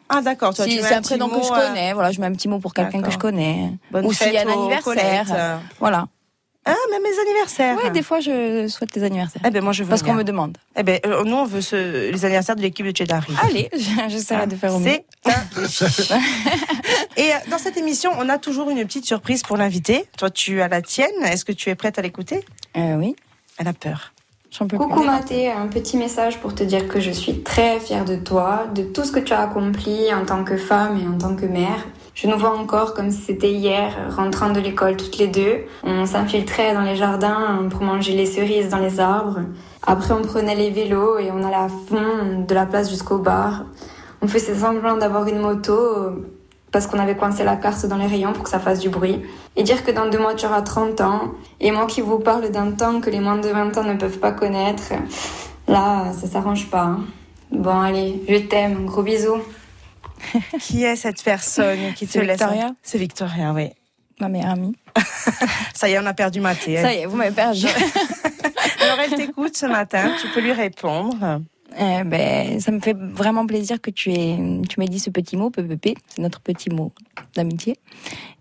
S4: Ah, d'accord. toi, tu
S1: si
S4: mets
S1: c'est un
S4: petit
S1: prénom
S4: mot,
S1: que je
S4: euh,
S1: connais, voilà, je mets un petit mot pour quelqu'un que
S4: D'accord.
S1: je connais.
S4: bonne
S1: Ou s'il y a
S4: fête
S1: un
S4: aux
S1: anniversaire.
S4: Colette, euh.
S1: Voilà.
S4: Ah, même les anniversaires.
S1: Ouais, des fois, je souhaite les anniversaires.
S4: Eh ben, moi, je veux.
S1: Parce qu'on
S4: bien.
S1: me demande.
S4: Eh ben, euh, nous, on veut ce- les anniversaires de l'équipe de Cheddar.
S1: Allez, j'essaierai de faire au mieux.
S4: C'est un défi. Et euh, dans cette émission, on a toujours une petite surprise pour l'invité. Toi, tu as la tienne. Est-ce que tu es prête à l'écouter
S1: Euh, oui,
S4: Elle a peur.
S1: j'en peux
S9: Coucou
S1: plus.
S9: Mathé, un petit message pour te dire que je suis très fière de toi, de tout ce que tu as accompli en tant que femme et en tant que mère. Je nous vois encore comme si c'était hier, rentrant de l'école toutes les deux. On s'infiltrait dans les jardins pour manger les cerises dans les arbres. Après, on prenait les vélos et on allait à fond de la place jusqu'au bar. On faisait semblant d'avoir une moto parce qu'on avait coincé la carte dans les rayons pour que ça fasse du bruit. Et dire que dans deux mois tu auras 30 ans, et moi qui vous parle d'un temps que les moins de 20 ans ne peuvent pas connaître, là, ça s'arrange pas. hein. Bon, allez, je t'aime, gros bisous.
S4: Qui est cette personne qui te
S1: C'est
S4: laisse
S1: Victoria
S4: C'est Victoria, oui.
S1: Ma meilleure amie.
S4: Ça y est, on a perdu Mathé.
S1: Ça y est, vous m'avez perdu.
S4: Alors, elle t'écoute ce matin, tu peux lui répondre.
S1: Eh ben, ça me fait vraiment plaisir que tu aies, tu m'aies dit ce petit mot, PPP, c'est notre petit mot d'amitié.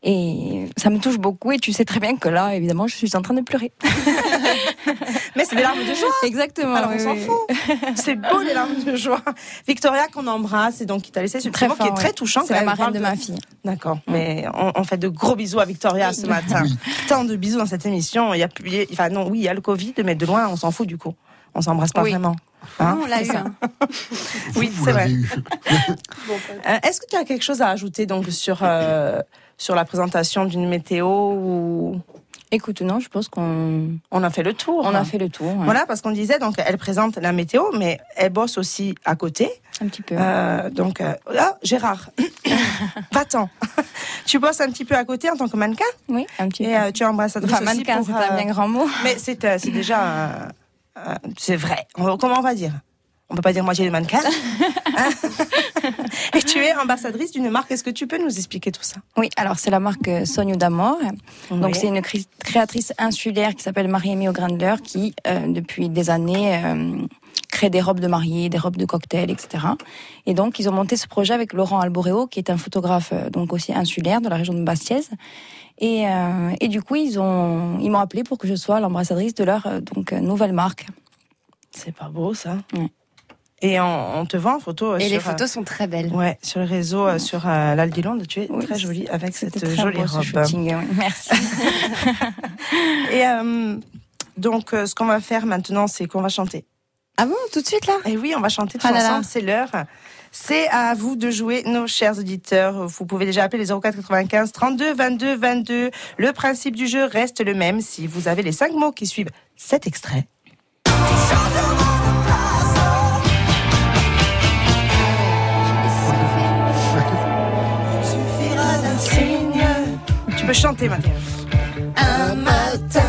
S1: Et ça me touche beaucoup et tu sais très bien que là, évidemment, je suis en train de pleurer.
S4: Mais c'est des larmes de joie,
S1: Exactement.
S4: alors on
S1: oui,
S4: s'en
S1: oui.
S4: fout. C'est beau, les larmes de joie. Victoria, qu'on embrasse et donc qui t'a laissé ce
S1: Très
S4: très mot qui
S1: fort,
S4: est très
S1: ouais.
S4: touchant.
S1: C'est la
S4: quand même.
S1: marraine
S4: Parle
S1: de ma fille. Mm.
S4: D'accord, mais on, on fait de gros bisous à Victoria ce matin. Tant de bisous dans cette émission. Il y a plus, il y a- enfin non, oui, il y a le Covid, mais de loin, on s'en fout du coup. On s'embrasse pas
S1: Oui.
S4: vraiment.
S6: Ah,
S4: Hein
S6: on l'a
S4: C'est
S6: eu.
S4: ça.
S6: hein.
S4: Oui,
S5: Vous
S4: c'est
S5: l'avez
S4: vrai.
S5: eu.
S4: Euh, Est-ce que tu as quelque chose à ajouter donc sur euh, sur la présentation d'une météo ou
S1: Écoute, non, je pense qu'on
S4: On a fait le tour. hein.
S1: on a fait le tour. ouais.
S4: Voilà, parce qu'on disait, donc, elle présente la météo, mais elle bosse aussi à côté.
S1: Un petit peu.
S4: Euh, donc, euh, ah, Gérard, va-t'en. tu bosses un petit peu à côté en tant que mannequin
S1: oui, un petit
S4: et
S1: peu.
S4: euh, tu es ambassadrice
S1: Enfin,
S4: aussi
S1: mannequin,
S4: pour,
S1: c'est
S4: euh,
S1: un bien grand mot.
S4: Mais c'est euh, c'est déjà. euh, euh, c'est vrai. On- Comment on va dire On peut pas dire moi j'ai le mannequin. Hein Et tu es ambassadrice d'une marque. Est-ce que tu peux nous expliquer tout ça
S1: Oui, alors c'est la marque euh, Sogno d'Amor. Donc
S4: Oui.
S1: c'est une cré- créatrice insulaire qui s'appelle Marie-Aimée O'Grandler qui, euh, depuis des années, euh, crée des robes de mariée, des robes de cocktail, etc. Et donc ils ont monté ce projet avec Laurent Alboréo, qui est un photographe euh, donc aussi insulaire de la région de Bastiaise. Et, euh, et du coup ils ont ils m'ont appelé pour que je sois l'ambassadrice de leur euh, donc euh, nouvelle marque.
S4: C'est pas beau ça.
S1: Ouais.
S4: Et on, on te voit en photo. euh,
S6: Et
S4: sur,
S6: les photos sont très belles. Oh.
S4: euh, ouais, sur le réseau, euh, sur euh, l'Aldiland, tu es
S1: Oui,
S4: très jolie avec
S1: C'était
S4: cette
S1: très
S4: jolie
S1: beau, ce
S4: robe.
S1: shooting, euh, oui. Merci.
S4: Et euh, donc, euh, ce qu'on va faire maintenant, c'est qu'on va chanter.
S6: Ah bon, tout de suite là
S4: Et oui, on va chanter tous
S6: Ah là là.
S4: ensemble, c'est l'heure. C'est à vous de jouer, nos chers auditeurs. Vous pouvez déjà appeler les 04 95 32 22 22. Le principe du jeu reste le même si vous avez les cinq mots qui suivent cet extrait. Tu peux chanter maintenant.
S6: Un matin.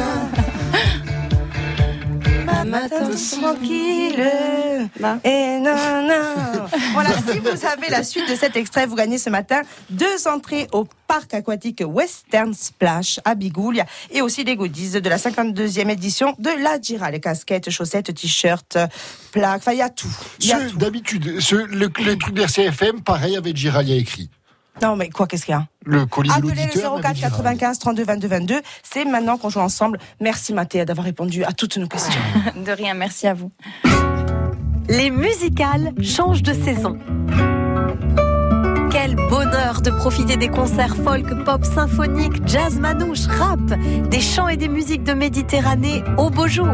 S6: Un matin.
S4: Tranquille.
S6: Bah.
S4: Et non, non. Voilà, si vous avez la suite de cet extrait, vous gagnez ce matin deux entrées au parc aquatique Western Splash à Bigoulia et aussi des goodies de la 52e édition de la Gira. Les casquettes, chaussettes, t-shirts, plaques, enfin, il y a tout. Il y a
S5: Ceux,
S4: tout.
S5: D'habitude, ceux- le, les trucs d'RCFM, pareil avec Giraille a écrit.
S4: Non, mais quoi, qu'est-ce qu'il y a
S5: Le colis de
S4: Hein. Appelez le
S5: l'auditeur.
S4: 04
S5: avec Giraille.
S4: 95 32 22 22. C'est maintenant qu'on joue ensemble. Merci Mathéa d'avoir répondu à toutes nos questions.
S1: De rien, merci à vous.
S10: Les musicales changent de saison. Quel bonheur de profiter des concerts folk, pop, symphonique, jazz manouche, rap, des chants et des musiques de Méditerranée au beau jour.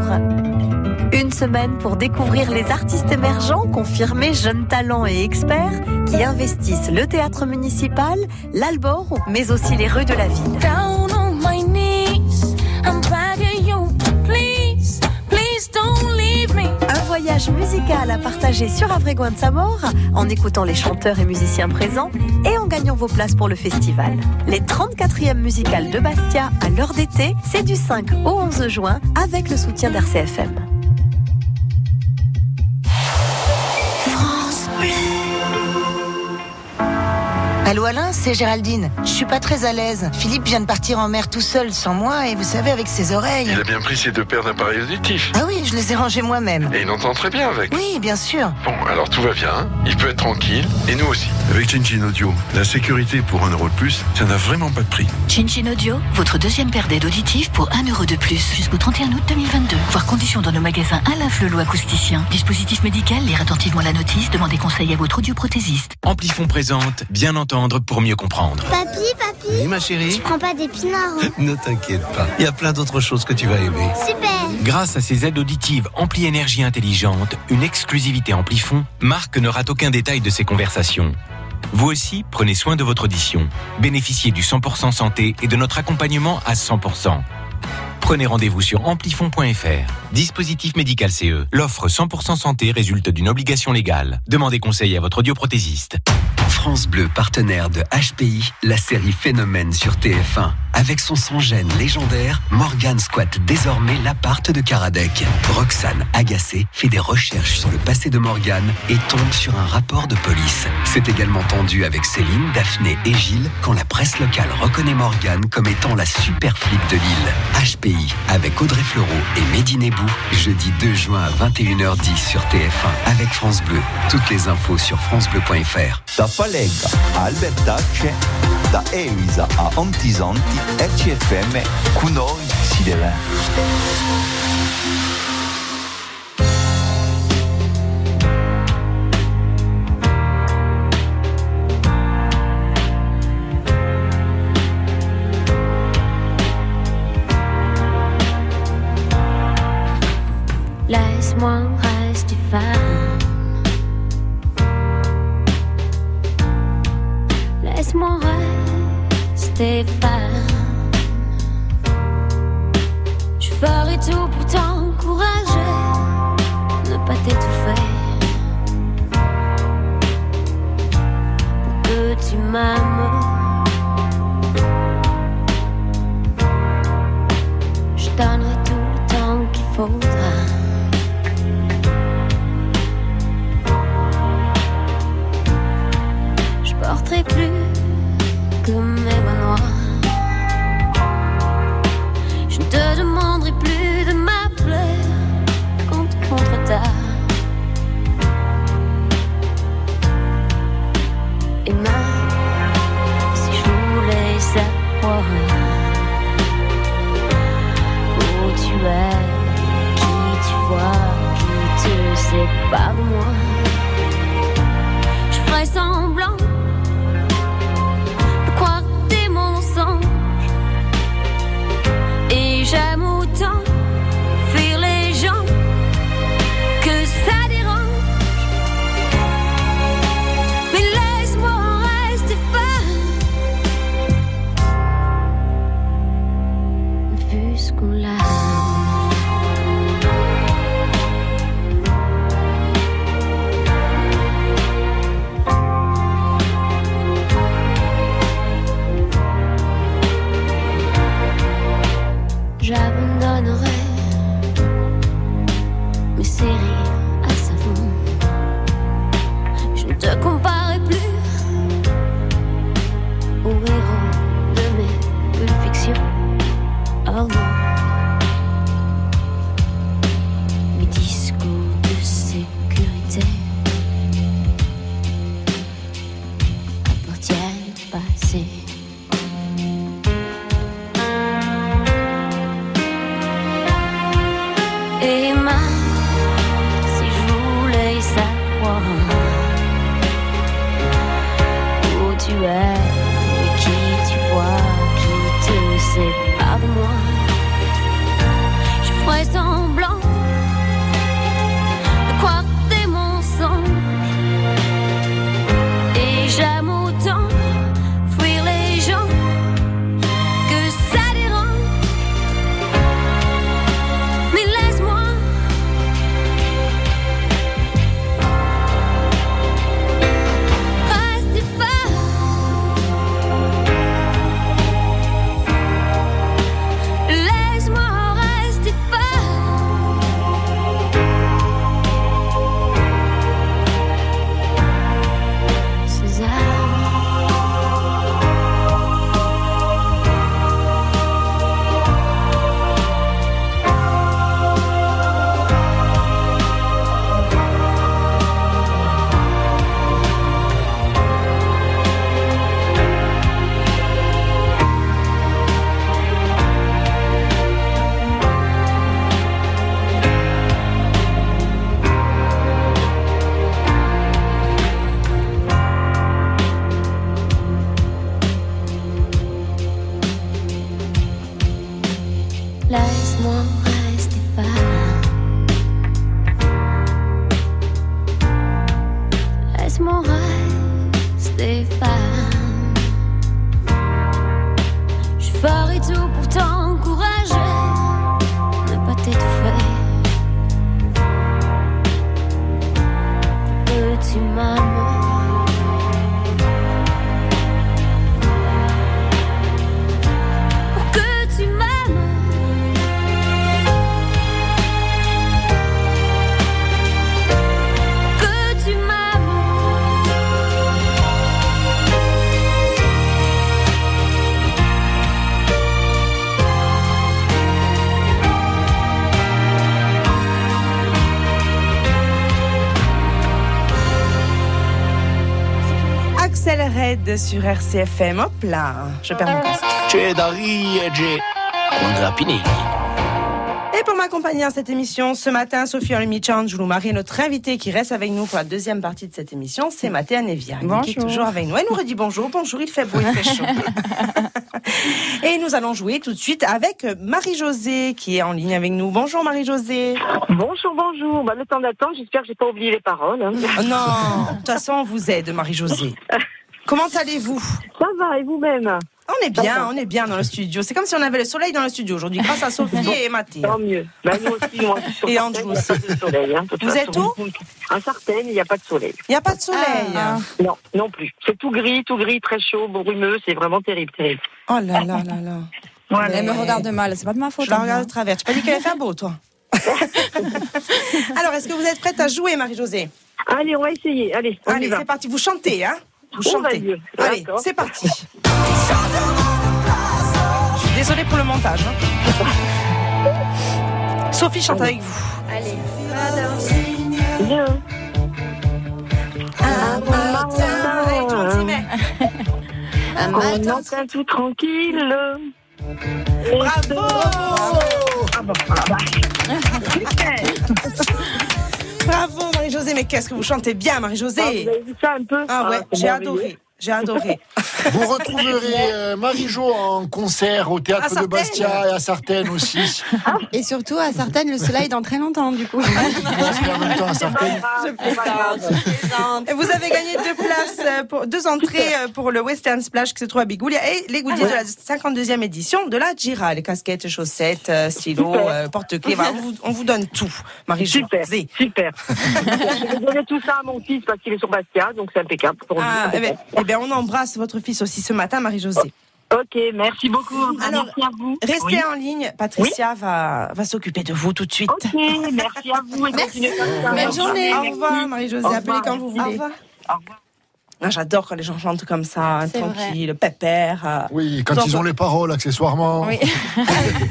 S10: Une semaine pour découvrir les artistes émergents, confirmés, jeunes talents et experts qui investissent le théâtre municipal, l'Albor, mais aussi les rues de la ville.
S7: Down on my knees, I'm begging you, please, please don't leave me.
S10: Un voyage musical à partager sur Avregoin de Samor, en écoutant les chanteurs et musiciens présents et en gagnant vos places pour le festival. Les 34e musicales de Bastia à l'heure d'été, c'est du 5 au 11 juin avec le soutien d'RCFM.
S11: Allô Alain, c'est Géraldine. Je suis pas très à l'aise. Philippe vient de partir en mer tout seul sans moi et vous savez avec ses oreilles.
S12: Il a bien pris ses deux paires d'appareils auditifs.
S11: Ah oui, je les ai rangés moi-même.
S12: Et il entend très bien avec.
S11: Oui, bien sûr.
S12: Bon, alors tout va bien. hein. Il peut être tranquille. Et nous aussi. Avec Chinchin Audio, la sécurité pour 1€ de plus, ça n'a vraiment pas de prix.
S10: Chinchin Audio, votre deuxième paire d'aide auditive pour 1 euro de plus jusqu'au 31 août 2022. Voir conditions dans nos magasins Alain Flelou Acousticien. Dispositif médical, lire attentivement la notice, demandez conseil à votre audioprothésiste.
S2: Amplifon présente, bien entendre pour mieux comprendre.
S11: Papi, papi,
S8: Oui, ma chérie,
S11: prends pas hein. des pinards.
S8: ne t'inquiète pas. Il y a plein d'autres choses que tu vas aimer.
S11: Super.
S2: Grâce à ses aides auditives Ampli Énergie Intelligente, une exclusivité Amplifon, Marc ne rate aucun détail de ses conversations. Vous aussi, prenez soin de votre audition. Bénéficiez du 100% santé et de notre accompagnement à 100%. Prenez rendez-vous sur amplifon.fr. Dispositif médical CE. L'offre 100% santé résulte d'une obligation légale. Demandez conseil à votre audioprothésiste.
S12: France Bleu, partenaire de HPI, la série Phénomène sur TF1. Avec son sans-gêne légendaire, Morgan squatte désormais l'appart de Karadec. Roxane, agacée, fait des recherches sur le passé de Morgan et tombe sur un rapport de police. C'est également tendu avec Céline, Daphné et Gilles quand la presse locale reconnaît Morgan comme étant la super flic de Lille. HPI, avec Audrey Fleurot et Mehdi Bou, jeudi 2 juin à 21h10 sur TF1 avec France Bleu. Toutes les infos sur francebleu.fr.
S3: Da Falegga a Albertacce, da Evisa a Ontisonti, RCFM, cu noi si deve.
S7: Laisse-moi rester femme. Laisse-moi rester femme.
S13: ferai tout pour t'encourager, ne pas t'étouffer. Pour que tu m'aimes. Je donnerai tout le temps qu'il faudra. Je porterai plus que mes manoirs. Je ne te demanderai plus de m'appeler quand tu contre tard. Et même si je voulais savoir où tu es, qui tu vois, qui te sépare de moi, je ferais semblant de croire tes mensonges. Et j'aime autant fuir les gens que ça dérange. Mais laisse-moi en rester fan vu ce qu'on l'a. J'abandonnerai mes séries à savon. Je ne te comparerai plus au héros de mes pulsions. Oh non, mes discours de sécurité appartiennent au passé. Et même si je voulais savoir où tu es et qui tu vois, qui te sépare de moi, je ferais semblant de croire tes mensonges. Et j'aime autant fuir les gens que ça dérange. Mais laisse-moi rester pas Laisse-moi rester pas Ces Laisse-moi rester fan. Laisse-moi rester fan. Je ferai tout pour t'encourager, ne pas t'étouffer. Pour que tu m'aimes. Pour que tu m'aimes. que tu m'aimes.
S4: Axel Red sur RCFM. Hop là, je perds mon casque.
S14: C'è da riegge con Pinelli.
S4: Et pour m'accompagner à cette émission, ce matin, Sophie Olmi, Joulou Marie, notre invitée qui reste avec nous pour la deuxième partie de cette émission, c'est Mathéa Nevia, qui est
S1: Bonjour.
S4: toujours avec nous. Elle nous redit bonjour, bonjour, il fait beau, il fait chaud. Et nous allons jouer tout de suite avec Marie-Josée qui est en ligne avec nous. Bonjour Marie-Josée.
S15: Bonjour, bonjour. Bah, le temps d'attente, j'espère que j'ai pas oublié les paroles. hein.
S4: Oh non, de toute façon, on vous aide, Marie-Josée. Comment allez-vous
S13: Ça va, et vous-même
S4: On est bien, on est bien dans le studio. C'est comme si on avait le soleil dans le studio aujourd'hui, grâce à Sophie et Mathilde.
S13: Tant mieux. Bah, nous aussi, moi, je suis sur
S4: Et
S13: Sartène,
S4: Andrew
S13: il y a
S4: aussi.
S13: pas de soleil, hein, de toute
S4: Vous
S13: façon.
S4: êtes où
S13: En Sartène, il n'y a pas de soleil.
S4: Il n'y a pas de soleil.
S13: Non, non plus. C'est tout gris, tout gris, très chaud, brumeux, c'est vraiment terrible, terrible.
S4: Oh là là là là.
S1: Elle me regarde mal, c'est pas de ma faute.
S4: Je la
S1: hein.
S4: regarde de travers. Tu pas dit qu'il allait faire beau, toi Alors, est-ce que vous êtes prête à jouer, Marie-Josée
S13: Allez, on va essayer. Allez,
S4: on Allez, c'est parti. Vous chantez, hein Vous
S13: On va
S4: chantez.
S13: dire.
S4: Allez,
S13: D'accord.
S4: c'est parti. Je suis désolée pour le montage. hein. Sophie chante avec vous.
S7: Allez.
S2: Ah,
S13: Un matin,
S7: Un
S13: un matin tout tranquille.
S4: Bravo
S13: Ah bon, ah bah.
S4: Bravo Marie-Josée, mais qu'est-ce que vous chantez bien Marie-Josée
S13: Ah, vous avez vu ça un peu
S4: Ah ouais,
S13: Ah, c'est
S4: j'ai
S13: merveilleux.
S4: adoré, j'ai adoré.
S5: Vous retrouverez euh, Marie-Jo en concert au
S4: À
S5: théâtre de
S4: Sartène.
S5: Bastia et à Sartènes aussi.
S6: Et surtout, à certaines, le soleil dans très longtemps, du coup.
S5: Parce qu'en même temps, à Sartènes,
S4: Je plaisante, je plaisante. Et Vous avez gagné deux places, euh, pour, deux entrées euh, pour le Western Splash qui se trouve à Bigoulia et les
S13: Ah,
S4: goodies de la 52e édition de la Gira, les casquettes, chaussettes, euh, stylos,
S13: Super.
S4: euh, porte-clés, voilà, on, vous- on vous donne tout, Marie-Jo.
S13: Super, super. je vais donner tout ça à mon fils parce qu'il est sur Bastia, donc c'est impeccable. Pour lui.
S4: Ah, eh bien, on embrasse votre fils aussi ce matin, Marie-Josée.
S13: Ok, merci beaucoup.
S4: Alors,
S13: merci à vous.
S4: Restez
S13: Oui.
S4: en ligne, Patricia va, va s'occuper de vous tout de suite.
S13: Ok, merci à vous et continuez comme ça.
S4: Belle
S13: Au revoir.
S4: journée. Au
S13: Merci.
S4: revoir, Marie-Josée.
S13: Au revoir.
S4: Appelez quand vous voulez.
S13: Au revoir.
S4: Ah, J'adore quand les gens chantent comme ça, hein,
S6: C'est vrai.
S4: tranquille, pépère. euh.
S5: Oui, quand
S4: Donc,
S5: ils ont les paroles, accessoirement.
S4: Oui.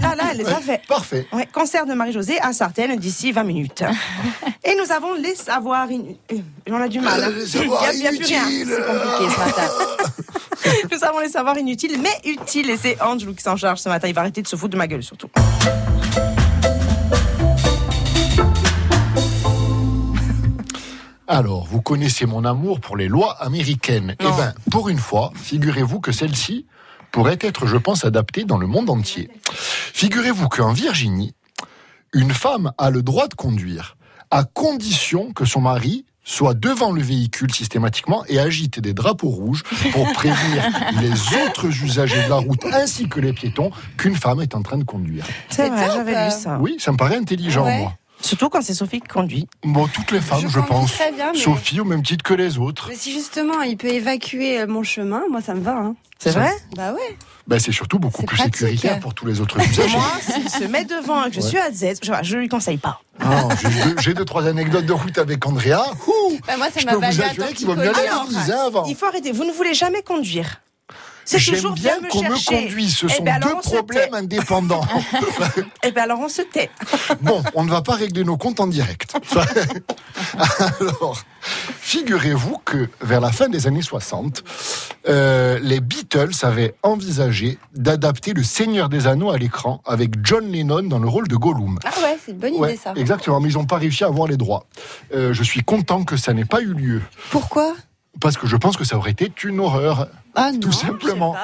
S4: Là, là, elle les a fait.
S5: Parfait.
S4: Ouais, concert de Marie-Josée à Sartène d'ici 20 minutes. Et nous avons les savoirs. in- euh, On a du mal. hein.
S5: Les
S4: Il n'y
S5: savoirs
S4: a, il y a plus rien.
S5: inutiles.
S4: C'est compliqué ce matin. nous avons les savoirs inutiles, mais utiles. Et c'est Andrew qui s'en charge ce matin. Il va arrêter de se foutre de ma gueule surtout.
S5: Alors, vous connaissez mon amour pour les lois américaines. Eh
S4: Non.
S5: bien, pour une fois, figurez-vous que celle-ci pourrait être, je pense, adaptée dans le monde entier. Figurez-vous qu'en Virginie, une femme a le droit de conduire à condition que son mari soit devant le véhicule systématiquement et agite des drapeaux rouges pour prévenir les autres usagers de la route ainsi que les piétons qu'une femme est en train de conduire.
S4: C'est vrai,
S6: top.
S4: j'avais lu ça.
S5: Oui, ça me paraît intelligent,
S6: Ouais.
S5: moi.
S4: Surtout quand c'est Sophie qui conduit.
S5: Bon, toutes les femmes,
S6: Je
S5: je,
S6: conduis
S5: pense.
S6: très bien, mais-
S5: Sophie, au même titre que les autres.
S6: Mais si justement, il peut évacuer euh, mon chemin, moi, ça me va. hein.
S4: C'est vrai
S6: Bah ouais.
S5: Ben, c'est surtout beaucoup
S6: C'est
S5: plus
S6: pratique.
S5: sécuritaire pour tous les autres usagers.
S4: Moi, s'il se met devant et que je
S5: Ouais.
S4: suis à Z, je, je lui conseille pas.
S5: Non, Ah, J'ai deux, j'ai deux, trois anecdotes de route avec Andrea. Ouh,
S6: Bah moi, ça
S5: je
S6: m'a
S5: peux vous
S6: valu un
S5: assurer qu'il vaut mieux aller à
S4: Alors,
S5: l'église hein, avant.
S4: Il faut arrêter. Vous ne voulez jamais conduire. C'est
S5: J'aime
S4: toujours
S5: bien
S4: viens me
S5: qu'on me
S4: chercher.
S5: conduise. Ce
S4: Eh
S5: sont
S4: ben alors, on
S5: deux
S4: se
S5: problèmes indépendants.
S4: tait. Eh bien alors on se tait.
S5: bon, on ne va pas régler nos comptes en direct. Alors, figurez-vous que vers la fin des années 60, euh, les Beatles avaient envisagé d'adapter Le Seigneur des Anneaux à l'écran avec John Lennon dans le rôle de Gollum.
S6: Ah ouais, c'est une bonne
S5: Ouais,
S6: idée, ça.
S5: Exactement, mais ils n'ont pas réussi à avoir les droits. Euh, je suis content que ça n'ait pas eu lieu,
S6: Pourquoi
S5: parce que je pense que ça aurait été une horreur,
S6: Ah non.
S5: tout simplement.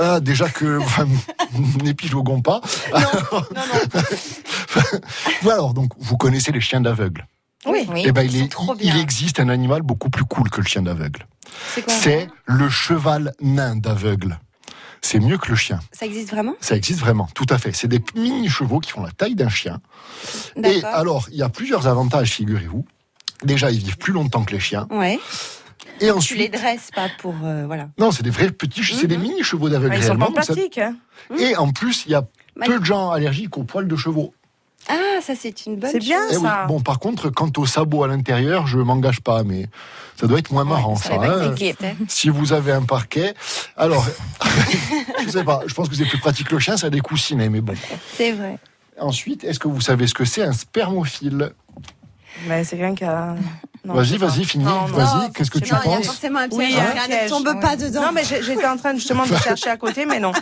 S5: Ah, déjà que enfin, n'épiloguons pas. Voilà, alors donc vous connaissez les chiens d'aveugle.
S6: Oui.
S5: Eh ben, il,
S6: Ils sont
S5: est-
S6: trop
S5: il
S6: bien.
S5: existe un animal beaucoup plus cool que le chien d'aveugle.
S6: C'est quoi
S5: C'est le cheval nain d'aveugle. C'est mieux que le chien.
S6: Ça existe vraiment
S5: Ça existe vraiment, tout à fait. C'est des mini chevaux qui font la taille d'un chien. Et
S6: D'accord.
S5: alors, il y a plusieurs avantages, figurez-vous. Déjà, ils vivent plus longtemps que les
S4: Mm.
S5: chiens.
S6: Ouais.
S5: Et
S6: Tu les
S5: ensuite,
S6: dresses pas pour euh, voilà.
S5: non, c'est des vrais petits, c'est des mini chevaux d'aveugle
S4: Ah, ils sont pas
S5: réellement.
S4: en
S5: donc ça-
S4: plastique. hein.
S6: Hmm.
S5: Et en plus, il y a
S6: Bah,
S5: peu de gens allergiques aux poils de chevaux.
S6: Ah, ça c'est une bonne.
S4: C'est bien
S5: Eh oui.
S4: ça.
S5: Bon, par contre, quant aux sabots à l'intérieur, je m'engage pas, mais ça doit être moins marrant, ça. hein. Si vous avez un parquet, alors, je sais pas, je pense que c'est plus pratique que le chien, ça a des coussinets, mais bon.
S6: C'est vrai.
S5: Ensuite, est-ce que vous savez ce que c'est un spermophile
S4: Mais Bah, c'est quelqu'un qui a. Non, je
S5: Vas-y,
S4: sais pas.
S5: vas-y, finis,
S4: Non, non,
S5: vas-y, qu'est-ce que
S4: c'est
S5: tu
S4: pas-
S6: non, il y a
S5: penses
S6: forcément un piège.
S4: Oui, il y a un
S6: Regarde,
S4: piège,
S6: ne tombe
S4: ouais.
S6: pas dedans.
S4: Non mais j'ai- j'étais en train justement de chercher à côté, mais non.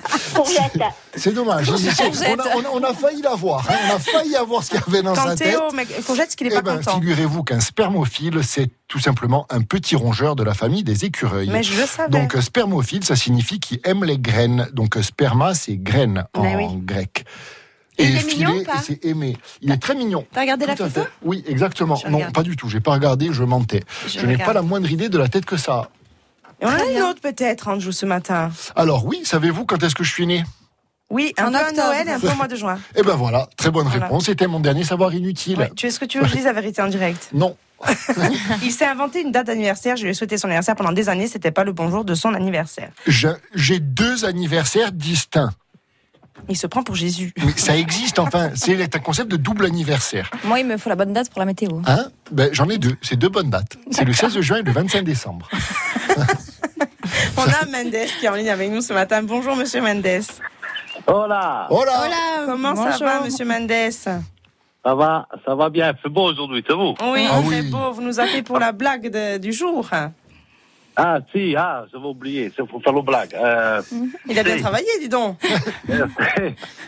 S5: C'est dommage. On a, on a- on a failli l'avoir. hein. On a failli avoir ce qu'il y avait dans
S4: Quand
S5: sa tête.
S4: Théo, mec, faut jette ce qu'il est
S5: Eh
S4: pas
S5: ben,
S4: content.
S5: figurez-vous qu'un spermophile, c'est tout simplement un petit rongeur de la famille des écureuils.
S4: Mais je le savais.
S5: Donc, euh, spermophile, ça signifie qu'il aime les graines. Donc, euh, sperma, c'est graine en
S6: Mais oui.
S5: grec.
S6: Et il est mignon ou pas
S5: c'est aimé. Il est très mignon.
S6: T'as regardé la
S5: Tout à
S6: photo
S5: fait. Oui, exactement.
S6: Je
S5: non,
S6: regarde.
S5: pas du tout. J'ai pas regardé, je mentais.
S6: Je
S5: Je, n'ai
S6: regarde.
S5: pas la moindre idée de la tête que ça a.
S4: Et on en a une autre peut-être, Andrew, ce matin.
S5: Alors oui, savez-vous quand est-ce que je suis né
S4: Oui, un
S5: En
S4: peu à
S5: octobre.
S4: Noël et un peu au mois de juin.
S5: Eh ben voilà, très bonne
S4: Voilà.
S5: réponse. C'était mon dernier savoir inutile.
S4: Ouais, tu est-ce que tu veux que je dise la vérité en direct
S5: Non.
S4: Il s'est inventé une date d'anniversaire. Je lui ai souhaité son anniversaire pendant des années. C'était pas le bon jour de son anniversaire.
S5: Je- J'ai deux anniversaires distincts.
S4: Il se prend pour Jésus.
S5: Mais ça existe enfin. C'est un concept de double anniversaire.
S1: Moi, il me faut la bonne date pour la météo.
S5: Hein ben, J'en ai deux. C'est deux bonnes dates. C'est le
S1: D'accord.
S5: 16 juin et le 25 décembre.
S4: On a Mendes qui est en ligne avec nous ce matin. Bonjour, monsieur Mendes.
S16: Hola.
S4: Comment ça
S16: Bonjour.
S4: va, monsieur Mendes
S16: Ça va, ça va bien. Il fait beau aujourd'hui, c'est vous
S4: Ah Oui, c'est beau. Vous nous appelez pour la blague de- du jour.
S16: Ah, si, ah, j'avais oublié. Il faut faire le blague. Euh,
S4: Il a bien
S16: si.
S4: travaillé, dis donc.
S16: Euh,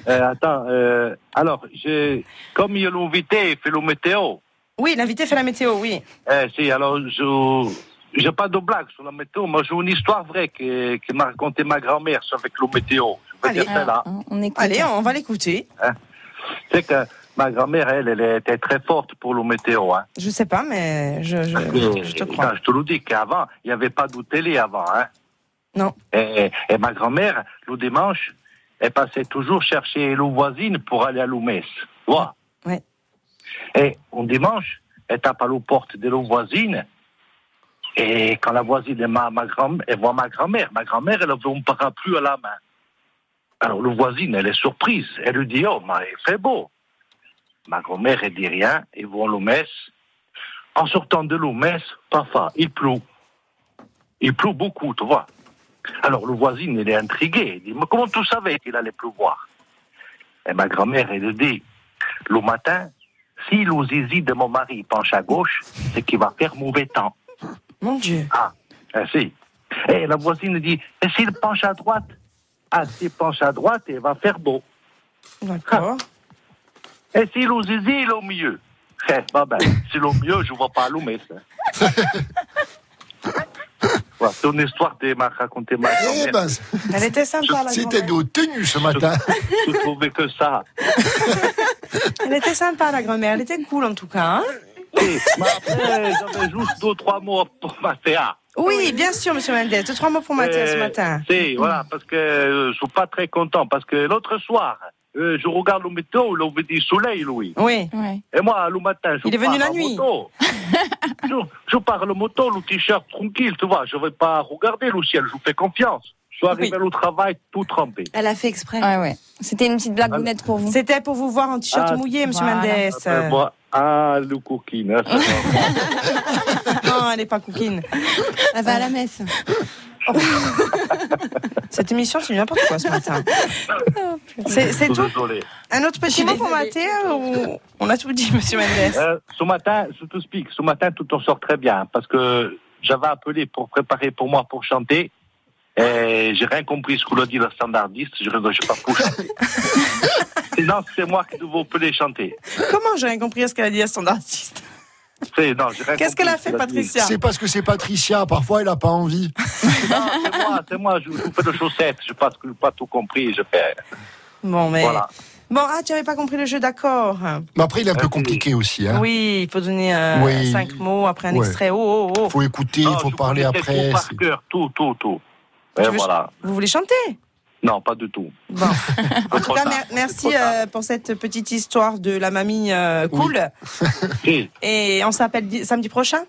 S16: euh, attends, euh, alors, je, comme il y a l'invité, il fait le météo.
S4: Oui, l'invité fait la météo, oui.
S16: Eh, si, alors, je j'ai pas de blague sur la météo. Moi, j'ai une histoire vraie que, que m'a racontée ma grand-mère sur- avec le météo. Je vais dire celle-là.
S4: Ah,
S1: on
S4: Allez, on va l'écouter.
S16: hein. C'est que ma grand-mère, elle, elle était très forte pour le météo. Hein.
S4: Je sais pas, mais je, je-
S16: Et-
S4: je te
S16: putain,
S4: crois.
S16: Euh, je te le dis qu'avant, il n'y avait pas de télé avant. Hein.
S4: Non.
S16: Et, et- et ma grand-mère, le dimanche, elle passait toujours chercher l'eau voisine pour aller à l'oumesse. Voilà.
S4: Ouais.
S16: Et un dimanche, elle tape à la porte de l'eau voisine. Et quand la voisine, ma, ma grand elle voit ma grand-mère, ma grand-mère, elle avait un parapluie à la main. Alors la voisine, elle est surprise. Elle lui dit, oh, mais il fait beau. Ma grand-mère, elle dit rien. Ils vont à l'oumesse. En sortant de l'Oumès, papa, il pleut. Il pleut beaucoup, tu vois. Alors le voisin, il est intrigué. Il dit, mais comment tu savais qu'il allait pleuvoir Et Eh, ma grand-mère, elle dit, le matin, si le zizi de mon mari penche à gauche, c'est qu'il va faire mauvais temps.
S4: Mon Dieu.
S16: Ah, eh, si. Et la voisine dit, et s'il penche à droite Ah, s'il penche à droite, il va faire beau. Ah.
S4: D'accord.
S16: Et si le zizi il est au milieu Eh, bah ben, si le mieux, je ne vois pas l'oumès. Voilà, c'est une histoire de m'a raconté ma
S5: Eh ben,
S16: grand-mère.
S4: Elle était sympa, la
S5: C'était
S4: grand-mère.
S5: de haute tenue ce matin.
S16: Je trouvais que ça.
S4: Elle était sympa, la grand-mère. Elle était cool, en tout cas. hein
S16: Eh, mais après, j'avais juste deux, trois mots pour ma théâtre.
S4: oui, bien sûr, monsieur Mendes. Deux, trois mots pour Mathieu ce
S16: Euh,
S4: matin.
S16: Si, voilà, parce que euh, je suis pas très content. Parce que l'autre soir, euh, je regarde le météo, il avait dit soleil, Louis.
S4: Oui.
S16: Et moi, le matin, je
S4: Il est venu
S16: pars
S4: la
S16: en
S4: nuit.
S16: moto. je, je pars le moto, le t-shirt tranquille, tu vois. Je vais pas regarder le ciel, je vous fais confiance. Je suis arrivé au travail tout trempé.
S1: Elle a fait exprès.
S6: Ah
S1: C'était une petite blagounette pour vous.
S4: C'était pour vous voir en t-shirt
S16: Ah,
S4: mouillé, monsieur
S16: voilà.
S4: Mendes.
S16: Après, moi, ah, le coquine. hein, ça va.
S4: Ah, Non, elle n'est pas coquine.
S6: Elle va à la messe.
S4: Cette émission, c'est n'importe quoi ce matin. C'est c'est
S16: Je suis
S4: tout.
S16: Désolé.
S4: Un autre
S16: Je suis
S4: petit mot pour Mathieu ou... On a tout dit, monsieur Mendes.
S16: Euh, ce matin, je te explique, ce matin, tout en sort très bien parce que j'avais appelé pour préparer pour moi pour chanter. Et j'ai rien compris ce que l'a dit la standardiste. Je ne sais pas pour chanter. Sinon, c'est moi qui devais appeler chanter.
S4: Comment j'ai rien compris à ce qu'elle a dit à son artiste
S16: C'est- non, j'ai rien
S4: Qu'est-ce qu'elle a
S16: compris
S4: fait,
S16: ce dit.
S4: Patricia
S5: C'est parce que c'est Patricia. Parfois, elle n'a pas envie.
S16: Non, c'est moi, c'est moi. Je vous fais de chaussettes. Je pense que je n'ai pas tout compris. Je fais.
S4: Bon, mais.
S16: Voilà.
S4: Bon, ah, tu n'avais pas compris le jeu, d'accord.
S5: Mais après, il est un peu compliqué aussi. Hein.
S4: Oui, il faut donner euh,
S5: Oui.
S4: cinq mots après un
S5: Ouais.
S4: extrait. Oh, oh, oh.
S5: Faut écouter,
S16: Non,
S5: il faut
S16: Ah, je
S5: parler
S16: connaissais
S5: après.
S16: Tout par
S5: c'est-
S16: cœur, tout, tout, tout.
S4: Tu
S16: Et
S4: veux-
S16: voilà.
S4: Vous voulez chanter
S16: Non, pas du tout.
S4: Bon. En tout
S16: Ah, Trop
S4: cas,
S16: tard.
S4: mer- merci euh, pour cette petite histoire de la mamie euh, cool.
S16: Si,
S4: Et on s'appelle di- samedi prochain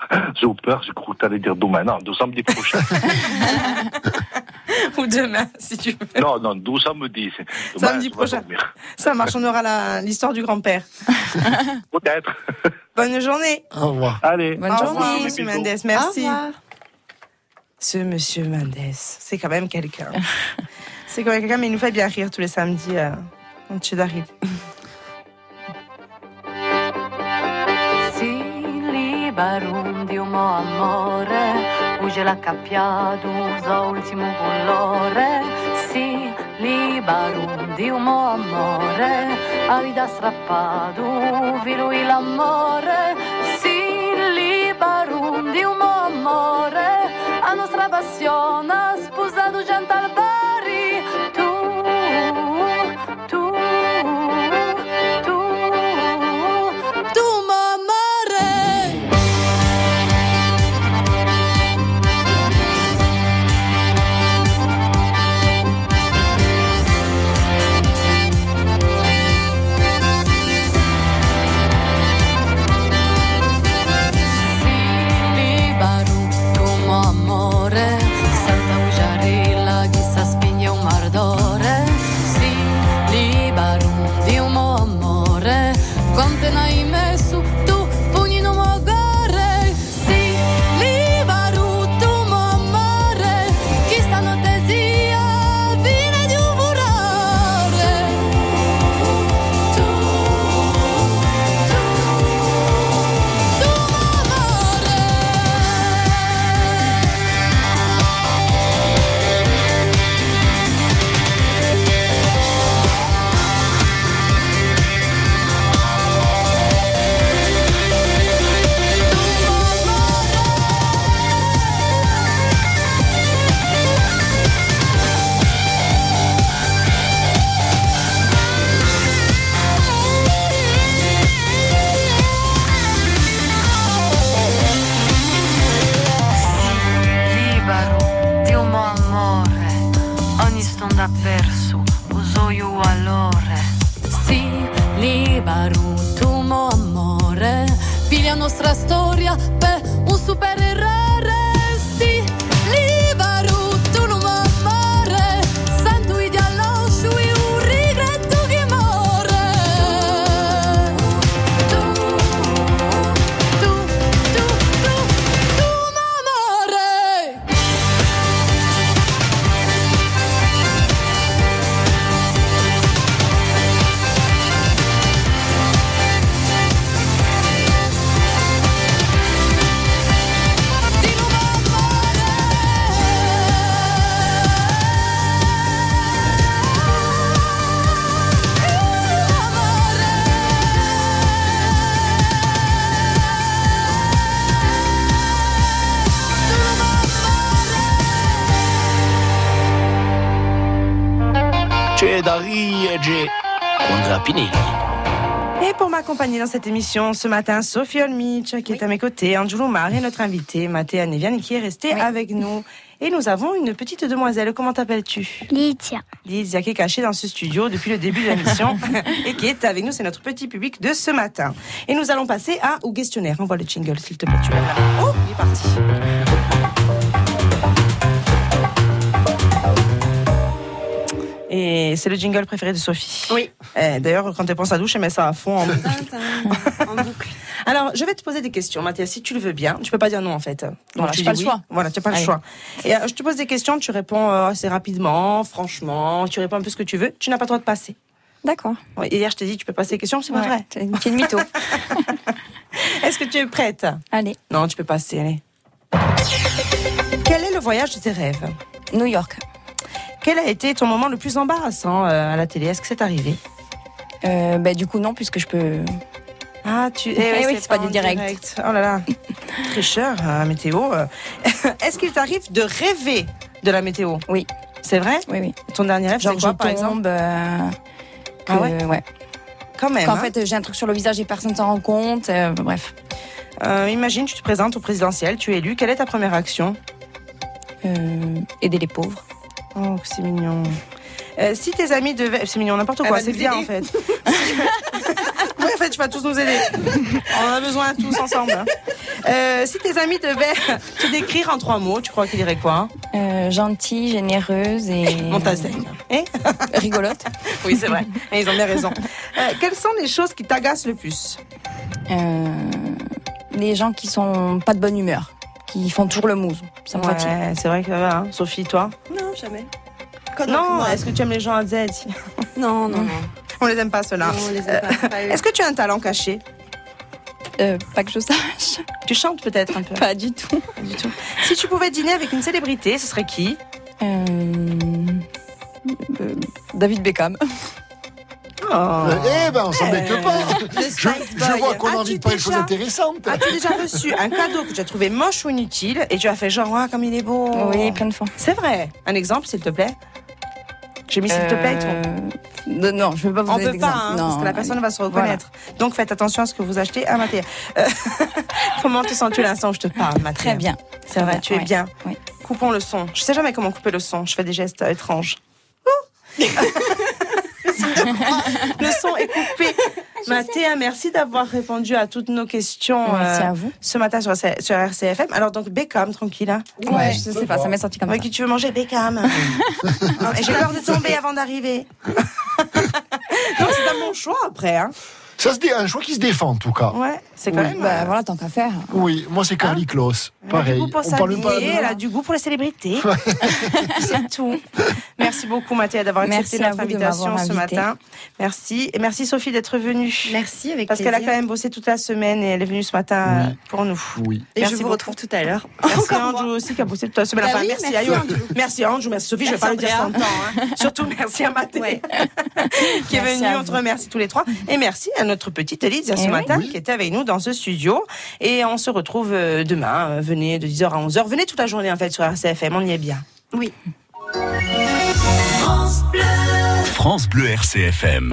S16: J'ai eu peur, j'ai cru que t'allais dire demain. Non, de samedi prochain.
S4: Ou demain, si tu veux.
S16: Non, non, d'où ça me dit. c'est-
S4: Samedi
S16: je vais
S4: prochain.
S16: dormir.
S4: Ça marche, on aura la- l'histoire du grand-père.
S16: Peut-être.
S4: Bonne journée.
S5: Au revoir.
S16: Allez.
S4: Au
S16: au
S4: revoir,
S16: revoir,
S4: monsieur
S16: bisous.
S4: Mendes. Merci. Ce monsieur Mendes, c'est quand même quelqu'un. c'est quand même quelqu'un, mais il nous fait bien rire tous les samedis euh, en Tchédarid.
S17: Si liberum di un mo' amore, uge la cappiato, usa ultimo colore. Si liberum di un mo' amore, ai da strappato, virui l'amore. Si liberum di un mo' amore, a nostra passione, sposato gente al bari. Tu, tu, tu, tu m'amores.
S18: quante ne hai messo tu pugnino mogore si libero tu mo amore chi stanotte sia fine di un furore
S17: libero di un amore ogni stonda perso uso io allora
S18: Si libero tu mo amore Piglia nostra storia per un supererrore Si libero tu non amore Sento i dialogi un regretto che muore
S14: C'è da riegge con Rapinelli.
S4: Et pour m'accompagner dans cette émission ce matin, Sophie Olmich qui est à mes côtés, Angelo Mar et notre invité Mathéa Nevian qui est restée avec nous. Et nous avons une petite demoiselle, comment t'appelles-tu
S19: Lydia.
S4: Lydia qui est cachée dans ce studio depuis le début de l'émission et qui est avec nous, c'est notre petit public de ce matin. Et nous allons passer à, au questionnaire. Envoie le jingle s'il te plaît, tu l'as là. Oh, il est parti. Et c'est le jingle préféré de Sophie. Oui. D'ailleurs, quand elle prend sa douche, elle met ça à fond en boucle. Alors, je vais te poser des questions, Mathias, si tu le veux bien. Tu peux pas dire non, en fait. Donc,
S1: Voilà,
S4: tu
S1: j'ai
S4: dis
S1: pas le
S4: oui.
S1: choix.
S4: Voilà, tu n'as pas le
S1: Allez.
S4: choix. Et euh, je te pose des questions, tu réponds euh, assez rapidement, franchement, tu réponds un peu ce que tu veux. Tu n'as pas le droit de passer.
S1: D'accord.
S4: Ouais, hier, je t'ai dit, tu peux passer les questions, c'est pas
S1: Ouais,
S4: vrai.
S1: t'es une petite mytho.
S4: Est-ce que tu es prête
S1: Allez.
S4: Non, tu peux passer, allez. Quel est le voyage de tes rêves
S1: New York.
S4: Quel a été ton moment le plus embarrassant euh, à la télé Est-ce que c'est arrivé
S1: Euh, bah, du coup, non, puisque je peux.
S4: Ah, tu.
S1: Eh oui, c'est pas du
S4: en
S1: direct.
S4: Oh là là. Tricheur, euh, météo. euh. Est-ce qu'il t'arrive de rêver de la météo
S1: Oui.
S4: C'est vrai
S1: Oui, oui.
S4: Ton dernier rêve,
S1: Genre,
S4: c'est quoi,
S1: je
S4: par
S1: tombe,
S4: exemple
S1: euh, que-
S4: Ah ouais
S1: ouais.
S4: Quand même.
S1: Qu'en
S4: hein.
S1: fait, euh, j'ai un truc sur le visage et personne s'en rend compte. euh, bref.
S4: Euh, imagine, tu te présentes au présidentiel, tu es élu. Quelle est ta première action
S1: Euh, aider les pauvres.
S4: Oh, que c'est mignon. Euh, si tes amis devaient. C'est mignon, n'importe
S1: Elle
S4: quoi,
S1: va
S4: c'est
S1: Ah bah, nous
S4: bien
S1: aider.
S4: en fait. oui, en fait, tu vas tous nous aider. On en a besoin tous ensemble. hein. Euh, si tes amis devaient te décrire en trois mots, tu crois qu'ils diraient quoi
S1: Euh, gentille, généreuse et.
S4: Montazaine.
S1: Euh, Rigolote.
S4: Oui, Eh c'est vrai. Et ils ont bien raison. Euh, quelles sont les choses qui t'agacent le plus
S1: Euh, les gens qui sont pas de bonne humeur, qui font toujours le mouze. Ça me
S4: Ouais,
S1: fatigue.
S4: c'est vrai que ça va, hein. Sophie, toi
S6: Non, jamais.
S4: Non, est-ce que tu aimes les gens à Z
S6: Non, non, non.
S4: On les aime pas, ceux-là.
S6: Non, on les aime pas, pas eux.
S4: Est-ce que tu as un talent caché
S1: Euh, Pas que je sache.
S4: Tu chantes peut-être un peu
S1: Pas du tout.
S4: du tout. Si tu pouvais dîner avec une célébrité, ce serait qui
S1: Euh, David Beckham.
S4: Oh.
S5: Eh ben, on s'embête pas.
S4: Euh,
S5: Je, je vois qu'on a envie de parler de choses intéressantes.
S4: As-tu déjà reçu un cadeau que tu as trouvé moche ou inutile et tu as fait genre, ah, comme il est beau
S1: Oui, plein de fois.
S4: C'est vrai. Un exemple, s'il te plaît J'ai mis s'il te plaît et tout.
S1: tout. Euh, Non, je ne veux pas Bah, vous
S4: On
S1: donner
S4: peut pas,
S1: d'exemple.
S4: hein,
S1: Non,
S4: parce que la personne
S1: allez.
S4: va se reconnaître. Donc faites attention à ce que vous achetez à Mathéa. Euh, comment te sens-tu l'instant où je te parle, Mathéa
S1: Très bien.
S4: C'est vrai,
S1: Très
S4: tu es bien. Coupons le son. Je sais jamais comment couper le son. Je fais des gestes euh, étranges. Ouh. le son est coupé. Mathéa, merci d'avoir répondu à toutes nos questions
S1: Merci
S4: euh,
S1: à vous.
S4: ce matin sur, RC- sur RCFM. Alors donc Beckham, tranquille. Hein.
S1: Ouais, Ouais, je sais pas, ça m'est sorti comme
S4: Ouais,
S1: ça.
S4: Qui tu veux manger Beckham. Et J'ai peur de tomber avant d'arriver. non, c'est à mon choix après. hein.
S5: Ça se dé- un choix qui se défend en tout cas.
S4: Ouais, c'est
S5: quand
S4: même, euh, Hein
S1: Bah, voilà, tant qu'à faire.
S5: Oui, moi c'est Carly Klaus. Pareil.
S4: Du goût pour
S5: On parle pas
S4: s'habiller, elle a du goût pour les célébrités. c'est tout. Merci beaucoup Mathéa d'avoir
S1: Merci
S4: accepté
S1: à
S4: notre
S1: vous de m'avoir
S4: invitation ce
S1: invité.
S4: matin. Merci et merci Sophie d'être venue.
S6: Merci avec
S4: Parce qu'elle a quand
S6: plaisir.
S4: même bossé toute la semaine et elle est venue ce matin euh, pour nous.
S5: Oui.
S6: Et
S4: Merci
S6: je vous
S4: beaucoup.
S6: retrouve tout à l'heure.
S4: Merci à Andrew aussi qui a bossé toute la semaine.
S6: Bah
S4: Enfin,
S6: oui,
S4: merci,
S6: merci
S4: à Yoann.
S6: Andrew.
S4: Merci à Andrew, merci Sophie, je vais pas le
S6: Merci
S4: dire 100 ans.
S6: Andrea.
S4: hein. Surtout merci à Mathé qui est
S6: Merci
S4: venu.
S6: à
S4: On te
S6: vous.
S4: remercie tous les trois. Et merci à notre petite Elise hein,
S6: Eh
S4: ce
S6: oui.
S4: matin
S6: Oui.
S4: qui était avec nous dans ce studio. Et on se retrouve euh, demain. euh, Venez de 10h à 11h. Venez toute la journée en fait sur RCFM. On y est bien.
S6: Oui.
S2: France Bleu.
S12: France Bleu RCFM.